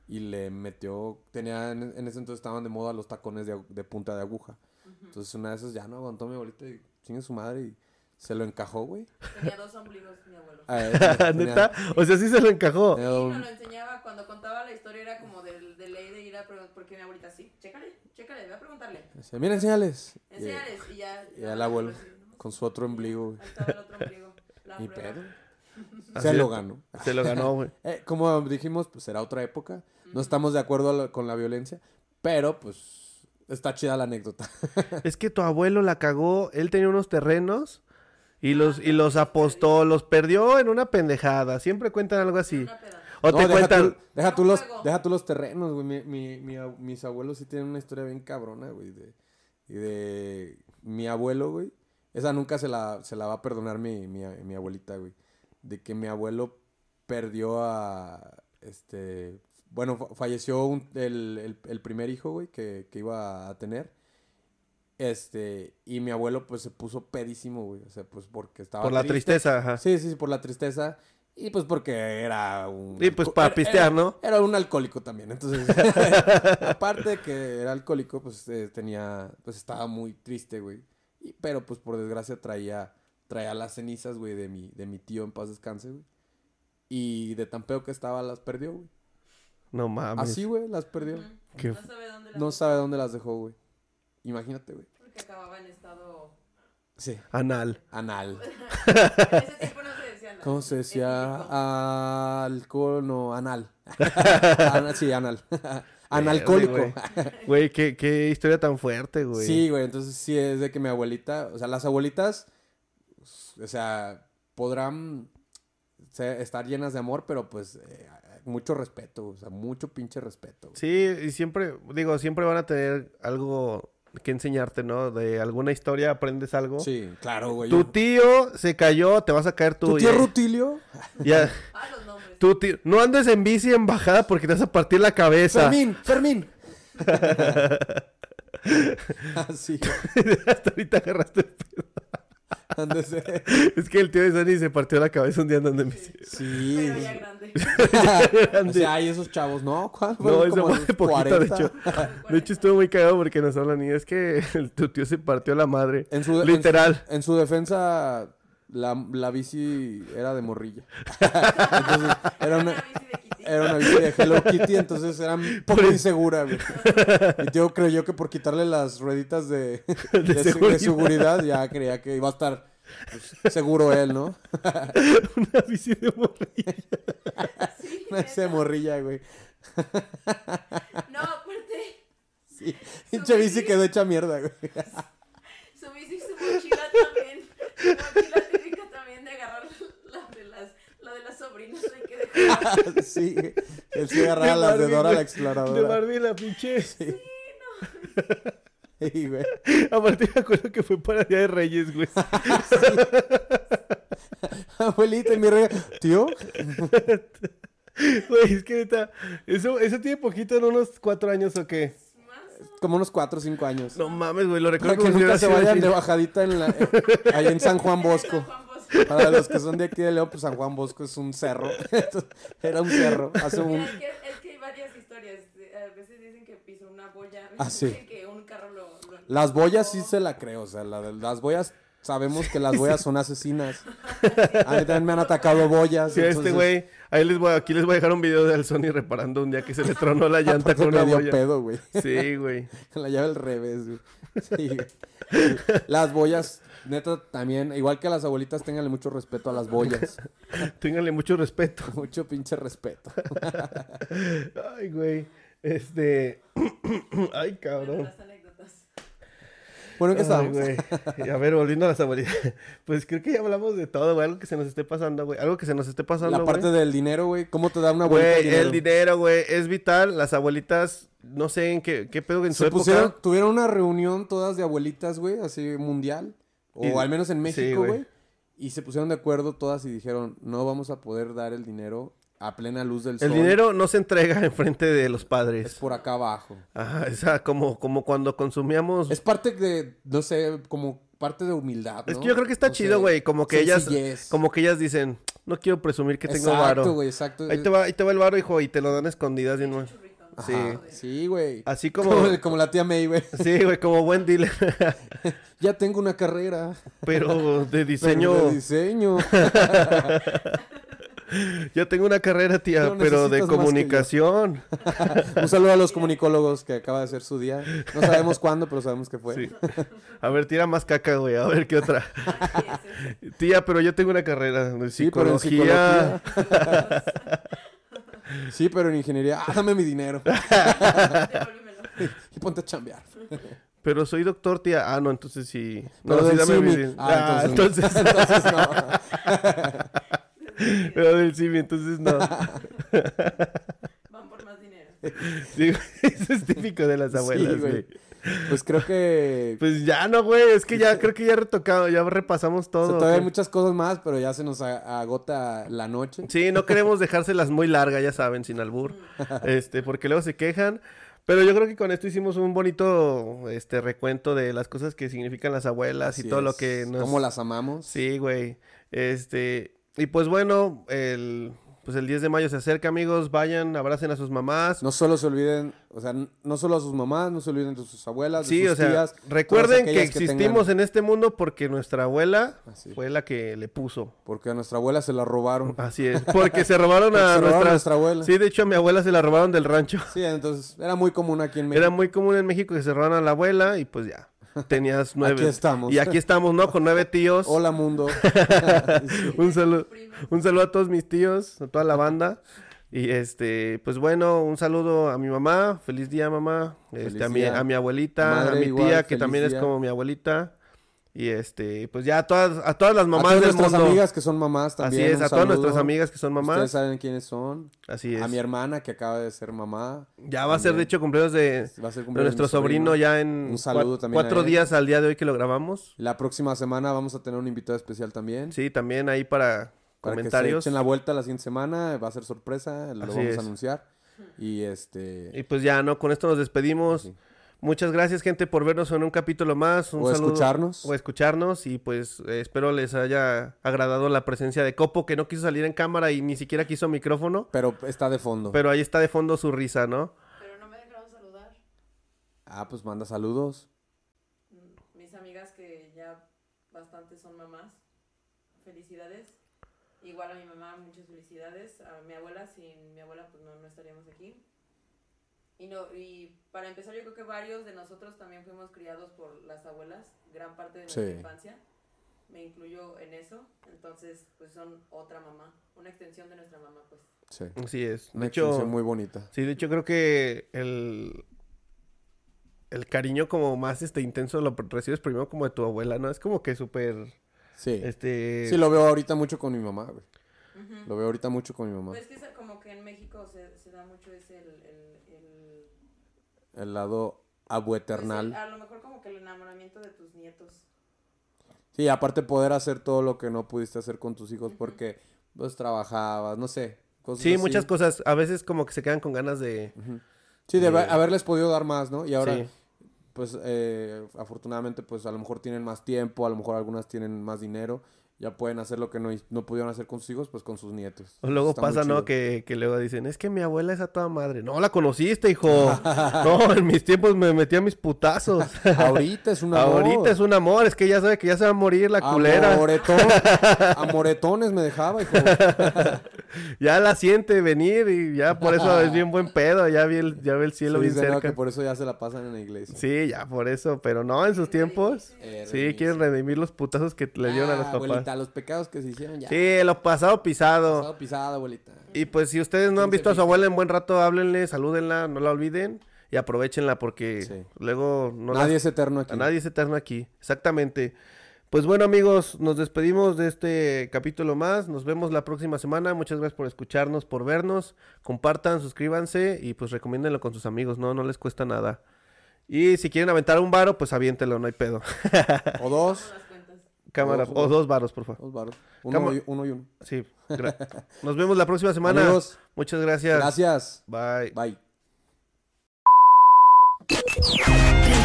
Speaker 3: y le metió. Tenía, en, en ese entonces estaban de moda los tacones de, agu- de punta de aguja. Entonces, una de esas ya no aguantó mi abuelita y chingue su madre y se lo encajó, güey.
Speaker 2: Tenía dos ombligos, mi abuelo.
Speaker 3: A él, tenía- Eh.
Speaker 1: ¿Neta? O sea, sí se lo encajó.
Speaker 3: tenía
Speaker 2: Sí,
Speaker 3: un-
Speaker 2: nos lo enseñaba cuando contaba la historia, era como de, de ley de ir a preguntar, porque mi abuelita, sí, chécale, chécale, voy a preguntarle,
Speaker 3: decía, Mira, enséñales. Y-
Speaker 2: enséñales, y ya.
Speaker 3: Y al abuelo con su otro ombligo, güey.
Speaker 2: Ahí estaba el otro ombligo, la
Speaker 3: Ni
Speaker 2: prueba.
Speaker 3: pedo.
Speaker 1: Así
Speaker 3: Se
Speaker 1: es.
Speaker 3: lo ganó.
Speaker 1: Se lo ganó, güey.
Speaker 3: Eh, como dijimos, pues será otra época. No estamos de acuerdo a la- con la violencia, pero pues está chida la anécdota.
Speaker 1: Es que tu abuelo la cagó, él tenía unos terrenos y los, y los apostó, los perdió en una pendejada. Siempre cuentan algo así.
Speaker 2: Una peda.
Speaker 1: O
Speaker 3: No,
Speaker 1: te
Speaker 3: deja
Speaker 1: cuentan...
Speaker 3: tú- deja, tú
Speaker 2: Un
Speaker 3: los,
Speaker 2: juego.
Speaker 3: deja tú los terrenos, güey. Mi- mi- mi ab- mis abuelos sí tienen una historia bien cabrona, güey. De, y de mi abuelo, güey. Esa nunca se la, se la va a perdonar mi, mi, a- mi abuelita, güey. De que mi abuelo perdió a... Este... Bueno, fa- falleció un- el, el- el primer hijo, güey, que, que iba a tener. Este... Y mi abuelo, pues, se puso pedísimo, güey. O sea, pues, porque estaba
Speaker 1: Por la
Speaker 3: triste.
Speaker 1: tristeza, ajá.
Speaker 3: Sí, sí, sí, por la tristeza. Y pues porque era un.
Speaker 1: Y, pues,
Speaker 3: alco-
Speaker 1: para
Speaker 3: era-
Speaker 1: pistear,
Speaker 3: era-
Speaker 1: ¿no?
Speaker 3: Era un alcohólico también. Entonces, aparte de que era alcohólico, pues eh, tenía. Pues estaba muy triste, güey. Y, pero pues por desgracia traía. Traía las cenizas, güey, de mi, de mi tío en paz descanse, güey. Y de tan peo que estaba, las perdió, güey.
Speaker 1: No mames.
Speaker 3: Así, güey, las perdió.
Speaker 2: Ujú.
Speaker 1: Qué-
Speaker 2: No sabe dónde la
Speaker 3: No sabe dónde las dejó, güey. Imagínate, güey.
Speaker 2: porque acababa en estado...
Speaker 3: Sí.
Speaker 1: Anal.
Speaker 3: Anal.
Speaker 2: En ese tiempo no se decía nada.
Speaker 3: ¿Cómo se
Speaker 2: Etílico.
Speaker 3: decía? Alcohol, no, anal. Anal, sí, anal. Analcólico.
Speaker 1: Verde, Güey, qué, qué historia tan fuerte, güey.
Speaker 3: Sí, güey, entonces sí es de que mi abuelita, o sea, las abuelitas, o sea, podrán se- estar llenas de amor, pero pues eh, mucho respeto, o sea, mucho pinche respeto. güey.
Speaker 1: Sí, y siempre, digo, siempre van a tener algo que enseñarte, ¿no? De alguna historia aprendes algo.
Speaker 3: Sí, claro, güey.
Speaker 1: Tu tío se cayó, te vas a caer tú.
Speaker 3: ¿Tu tío
Speaker 1: ya-
Speaker 3: Rutilio?
Speaker 1: ya-
Speaker 2: Ah, los nombres.
Speaker 1: tu tío- No andes en bici en bajada porque te vas a partir la cabeza.
Speaker 3: Fermín, Fermín. Ah, Así,
Speaker 1: Hasta ahorita agarraste. el pedo.
Speaker 3: ándese.
Speaker 1: Es que el tío de Sony se partió la cabeza un día andando en bici.
Speaker 3: Sí.
Speaker 2: Pero ya grande.
Speaker 3: Ah, O sea, hay esos chavos, ¿no? ¿Cuál?
Speaker 1: No,
Speaker 3: Fueron
Speaker 1: eso
Speaker 3: como
Speaker 1: fue
Speaker 3: los
Speaker 1: de poquito, de
Speaker 3: 40.
Speaker 1: hecho. De hecho, estuvo muy cagado porque nos hablan y es que el- tu tío se partió la madre.
Speaker 3: En su, en su-
Speaker 1: Literal.
Speaker 3: En, su defensa, la, la bici era de morrilla. entonces, era una,
Speaker 2: bici de Kitty.
Speaker 3: era una bici de Hello Kitty, entonces era un poco
Speaker 1: Por-
Speaker 3: insegura, güey. Y yo creyó que por quitarle las rueditas de, de, se- de
Speaker 1: seguridad.
Speaker 3: seguridad. ya creía que iba a estar pues, seguro él, ¿no?
Speaker 1: Una bici de morrilla.
Speaker 2: Sí,
Speaker 3: Una bici de
Speaker 2: neta.
Speaker 3: morrilla, güey.
Speaker 2: No, aparte,
Speaker 3: Sí. Pinche bici quedó hecha mierda, güey.
Speaker 2: su bici y su mochila también. Su mochila típica también de agarrar la de las, la de las sobrinas. Hay que dejar.
Speaker 3: Sí, güey. él sí agarraba las de
Speaker 1: Barbie,
Speaker 3: Dora
Speaker 1: güey.
Speaker 3: la
Speaker 1: De
Speaker 3: exploradora.
Speaker 1: Barbie la pinche.
Speaker 3: Sí, güey.
Speaker 1: Aparte me acuerdo que fue para Día de Reyes, güey.
Speaker 3: Abuelita, y mi rey. Tío,
Speaker 1: Güey, es que neta, eso, eso tiene poquito, en unos cuatro años o qué.
Speaker 2: Más, ¿no?
Speaker 3: como unos 4 o 5 años.
Speaker 1: No mames, güey, lo recuerdo
Speaker 3: Para
Speaker 1: como
Speaker 3: que
Speaker 1: si hubiera
Speaker 3: nunca se
Speaker 1: sido
Speaker 3: vayan
Speaker 1: ayer.
Speaker 3: de bajadita en la, eh, ahí en San Juan Bosco.
Speaker 2: San Juan Bosco.
Speaker 3: Para los que son de aquí de León, pues San Juan Bosco es un cerro. Entonces, Era un cerro. Hace
Speaker 2: Mira,
Speaker 3: un...
Speaker 2: es, que, es que hay varias historias. de- A veces dicen que pisó una boya. A veces
Speaker 3: Ah, sí.
Speaker 2: dicen que un carro lo. lo-
Speaker 3: Las boyas sí se la creo, o sea, la de- las boyas Sabemos que las boyas son asesinas. A mí también me han atacado boyas.
Speaker 1: Sí, a este
Speaker 3: entonces,
Speaker 1: güey, ahí les voy, a- aquí les voy a dejar un video del Sony reparando un día que se le tronó la llanta
Speaker 3: aparte
Speaker 1: con una
Speaker 3: me dio
Speaker 1: boya.
Speaker 3: Ah, pedo, güey.
Speaker 1: Sí, güey.
Speaker 3: La llave al revés, güey. Sí, güey. Las boyas, neta, también, igual que a las abuelitas, ténganle mucho respeto a las boyas.
Speaker 1: Ténganle mucho respeto.
Speaker 3: Mucho pinche respeto.
Speaker 1: Ay, güey. Este. Ay, cabrón.
Speaker 2: Las anécdotas.
Speaker 3: Bueno, ¿en qué
Speaker 1: Ay,
Speaker 3: estábamos?
Speaker 1: güey. Y A ver, volviendo a las abuelitas. Pues creo que ya hablamos de todo, güey. Algo que se nos esté pasando, güey. Algo que se nos esté pasando,
Speaker 3: La parte
Speaker 1: güey.
Speaker 3: del dinero, güey. ¿Cómo te da una abuelita
Speaker 1: Güey, el dinero, güey, es vital. Las abuelitas, no sé en qué, qué pedo en su
Speaker 3: Se
Speaker 1: época.
Speaker 3: pusieron, tuvieron una reunión todas de abuelitas, güey, así mundial. O
Speaker 1: Y-
Speaker 3: al menos en
Speaker 1: sí,
Speaker 3: México,
Speaker 1: güey.
Speaker 3: güey. y se pusieron de acuerdo todas y dijeron, no vamos a poder dar el dinero a plena luz del sol.
Speaker 1: El dinero no se entrega en frente de los
Speaker 3: es
Speaker 1: padres.
Speaker 3: por acá abajo.
Speaker 1: Ajá, esa, como, como cuando consumíamos.
Speaker 3: Es parte de, no sé, como parte de humildad,
Speaker 1: Es
Speaker 3: ¿no?
Speaker 1: que yo creo que está
Speaker 3: No
Speaker 1: chido,
Speaker 3: sé,
Speaker 1: güey. Como que ellas.
Speaker 3: sencillez.
Speaker 1: Como que ellas dicen, no quiero presumir que tengo varo.
Speaker 3: Exacto, güey, exacto.
Speaker 1: Ahí te va, ahí te va el varo, hijo, y te lo dan a escondidas de nuevo.
Speaker 3: Ajá,
Speaker 1: Sí.
Speaker 3: Sí, güey.
Speaker 1: Así como-
Speaker 3: el- como la tía May, güey.
Speaker 1: Sí, güey, como buen dealer.
Speaker 3: ya tengo una carrera.
Speaker 1: Pero de diseño.
Speaker 3: De diseño.
Speaker 1: Yo tengo una carrera, tía,
Speaker 3: No
Speaker 1: pero de
Speaker 3: necesitas más que yo.
Speaker 1: comunicación.
Speaker 3: Un saludo a los comunicólogos que acaba de ser su día. No sabemos cuándo, pero sabemos que fue.
Speaker 1: Sí. A ver, tira más caca, güey. A ver qué otra. Tía, pero yo tengo una carrera de
Speaker 3: Sí, pero en
Speaker 1: psicología.
Speaker 3: psicología. sí, pero en ingeniería. Ah, dame mi dinero.
Speaker 2: Devuélvemelo.
Speaker 3: Y ponte a chambear.
Speaker 1: Pero soy doctor, tía. Ah, no, entonces sí. No,
Speaker 3: Pero
Speaker 1: sí,
Speaker 3: del
Speaker 1: dame mi-
Speaker 3: CIMI.
Speaker 1: Ah,
Speaker 3: Ah, entonces,
Speaker 1: entonces.
Speaker 3: no. Entonces no.
Speaker 1: Pero del CIMI, entonces no.
Speaker 2: Van por más dinero.
Speaker 1: Sí, güey, eso es típico de las
Speaker 3: Sí,
Speaker 1: abuelas,
Speaker 3: güey.
Speaker 1: güey.
Speaker 3: Pues creo que
Speaker 1: Pues ya no, güey. Es que ya creo que ya retocado, ya repasamos
Speaker 3: o sea,
Speaker 1: todo.
Speaker 3: todavía hay
Speaker 1: ¿ok?
Speaker 3: muchas cosas más, pero ya se nos a- agota la noche.
Speaker 1: Sí, no queremos dejárselas muy largas, ya saben, sin albur. Este, porque luego se quejan. Pero yo creo que con esto hicimos un bonito este recuento de las cosas que significan las abuelas y
Speaker 3: Así
Speaker 1: todo lo
Speaker 3: es.
Speaker 1: que nos.
Speaker 3: Cómo las amamos.
Speaker 1: Sí, güey. Este. Y pues bueno, el. Pues el 10 de mayo se acerca, amigos. Vayan, abracen a sus mamás.
Speaker 3: No solo se olviden, o sea, n- no solo a sus mamás, no se olviden de sus abuelas, de
Speaker 1: Sí,
Speaker 3: sus
Speaker 1: o sea,
Speaker 3: tías, todas
Speaker 1: recuerden que
Speaker 3: aquellas
Speaker 1: existimos
Speaker 3: tengan-
Speaker 1: en este mundo porque nuestra abuela
Speaker 3: Así.
Speaker 1: fue la que le puso.
Speaker 3: Porque a nuestra abuela se la robaron.
Speaker 1: Así es, porque se robaron
Speaker 3: Porque
Speaker 1: a
Speaker 3: se robaron a
Speaker 1: nuestras-
Speaker 3: nuestra abuela.
Speaker 1: Sí, de hecho a mi abuela se la robaron del rancho.
Speaker 3: Sí, entonces era muy común aquí en México.
Speaker 1: Era muy común en México que se robaran a la abuela y pues ya, tenías nueve.
Speaker 3: estamos.
Speaker 1: Y aquí estamos, ¿no? Con nueve tíos.
Speaker 3: Hola mundo.
Speaker 1: un saludo, un saludo a todos mis tíos, a toda la banda. Y este, pues bueno, un saludo a mi mamá, feliz día mamá,
Speaker 3: Feliz
Speaker 1: este, a, mi,
Speaker 3: día.
Speaker 1: a mi abuelita,
Speaker 3: Madre
Speaker 1: a mi
Speaker 3: igual,
Speaker 1: tía que
Speaker 3: feliz
Speaker 1: también es
Speaker 3: día.
Speaker 1: como mi abuelita. Y este, pues ya a todas, a todas las
Speaker 3: a
Speaker 1: mamás
Speaker 3: todas
Speaker 1: del
Speaker 3: nuestras
Speaker 1: mundo.
Speaker 3: amigas que son mamás también.
Speaker 1: Así es,
Speaker 3: un
Speaker 1: a todas
Speaker 3: saludo.
Speaker 1: nuestras amigas que son mamás.
Speaker 3: Ustedes saben quiénes son.
Speaker 1: Así es.
Speaker 3: A mi hermana que acaba de ser mamá.
Speaker 1: Ya va a ser, de
Speaker 3: También.
Speaker 1: hecho, cumpleaños de,
Speaker 3: Va a ser
Speaker 1: de
Speaker 3: cumpleaños de
Speaker 1: nuestro
Speaker 3: mi sobrino.
Speaker 1: sobrino ya en
Speaker 3: Un saludo
Speaker 1: cua-
Speaker 3: también a
Speaker 1: cuatro
Speaker 3: él.
Speaker 1: días al día de hoy que lo grabamos.
Speaker 3: La próxima semana vamos a tener un invitado especial también.
Speaker 1: Sí, también ahí para,
Speaker 3: Para que
Speaker 1: comentarios.
Speaker 3: se echen la vuelta la siguiente semana, va a ser sorpresa, lo
Speaker 1: Así
Speaker 3: vamos
Speaker 1: es.
Speaker 3: a anunciar. Y este
Speaker 1: Y pues ya, ¿no? Con esto nos despedimos.
Speaker 3: Sí.
Speaker 1: Muchas gracias, gente, por vernos en un capítulo más. Un
Speaker 3: O
Speaker 1: saludo-
Speaker 3: escucharnos.
Speaker 1: O escucharnos. Y pues eh, espero les haya agradado la presencia de Copo, que no quiso salir en cámara y ni siquiera quiso micrófono.
Speaker 3: pero está de fondo.
Speaker 1: Pero ahí está de fondo su risa, ¿no?
Speaker 2: Pero no me dejaron saludar.
Speaker 3: Ah, pues manda saludos.
Speaker 2: Mm, Mis amigas que ya bastante son mamás, felicidades. Igual a mi mamá, muchas felicidades. A mi abuela, sin mi abuela pues no, no estaríamos aquí. Y, no, y para empezar yo creo que varios de nosotros también fuimos criados por las abuelas, gran parte de nuestra
Speaker 3: Sí.
Speaker 2: infancia. Me incluyo en eso. Entonces pues son otra mamá, una extensión de nuestra mamá pues.
Speaker 3: Sí.
Speaker 1: Así es.
Speaker 3: Una
Speaker 1: De hecho,
Speaker 3: extensión muy bonita.
Speaker 1: sí, de hecho creo que el... El cariño como más este intenso lo recibes primero como de tu abuela, ¿no? Es como que súper,
Speaker 3: Sí.
Speaker 1: este...
Speaker 3: Sí, lo veo ahorita mucho con mi mamá, güey. Lo veo ahorita mucho con mi mamá.
Speaker 2: Pues que es como que en México se, se da mucho ese el, el- el-
Speaker 3: El lado
Speaker 2: pues, el-
Speaker 3: abueternal.
Speaker 2: a lo mejor como que el enamoramiento de tus nietos.
Speaker 3: Sí, aparte poder hacer todo lo que no pudiste hacer con tus hijos porque pues trabajabas, no sé. Cosas
Speaker 1: Sí,
Speaker 3: así.
Speaker 1: muchas cosas. A veces como que se quedan con ganas de...
Speaker 3: Sí, de haber- haberles podido dar más, ¿no? Y ahora,
Speaker 1: Eh, Sí.
Speaker 3: pues, eh, afortunadamente, pues, a lo mejor tienen más tiempo, a lo mejor algunas tienen más dinero ya pueden hacer lo que no, hi- no pudieron hacer con sus hijos, pues con sus nietos.
Speaker 1: O luego
Speaker 3: Está muy
Speaker 1: pasa, ¿no?
Speaker 3: chido.
Speaker 1: Que, que luego dicen, es que mi abuela es a toda madre. No, la conociste, hijo. no, en mis tiempos me metí a mis putazos.
Speaker 3: Ahorita es una
Speaker 1: Ahorita es un amor, es que ya sabe que ya se va a morir la culera.
Speaker 3: A moretones me dejaba, hijo.
Speaker 1: Ya la siente venir y ya por eso es bien buen pedo, ya ve el, ya ve el cielo
Speaker 3: Sí,
Speaker 1: bien
Speaker 3: dice, no,
Speaker 1: cerca.
Speaker 3: que por eso ya se la pasan en la iglesia.
Speaker 1: Sí, ya por eso, pero no, en sus tiempos.
Speaker 3: Eh,
Speaker 1: Sí, quieren redimir los putazos que le dieron a los
Speaker 3: Ah,
Speaker 1: papás.
Speaker 3: Abuelita, los pecados que se hicieron ya.
Speaker 1: Sí, lo pasado pisado.
Speaker 3: Pasado pisado, abuelita.
Speaker 1: Y pues si ustedes no han
Speaker 3: Quince
Speaker 1: visto a su abuela en buen rato, háblenle, salúdenla, no la olviden y aprovechenla porque
Speaker 3: Sí.
Speaker 1: luego no
Speaker 3: Nadie
Speaker 1: las-
Speaker 3: es eterno aquí.
Speaker 1: a nadie se eterno aquí. Exactamente. Pues bueno amigos, nos despedimos de este capítulo más. Nos vemos la próxima semana. Muchas gracias por escucharnos, por vernos. Compartan, suscríbanse y pues recomiéndenlo con sus amigos. No, no les cuesta nada. Y si quieren aventar un varo, pues aviéntelo, no hay pedo.
Speaker 3: O dos.
Speaker 2: las cuentas.
Speaker 1: Cámara,
Speaker 3: Dos,
Speaker 1: o dos varos, por favor.
Speaker 3: Dos varos. Uno,
Speaker 1: Cama-
Speaker 3: y, uno y uno.
Speaker 1: Sí. gra- Nos vemos la próxima semana.
Speaker 3: Amigos.
Speaker 1: Muchas gracias.
Speaker 3: Gracias.
Speaker 1: Bye.
Speaker 3: Bye.
Speaker 5: Prepárate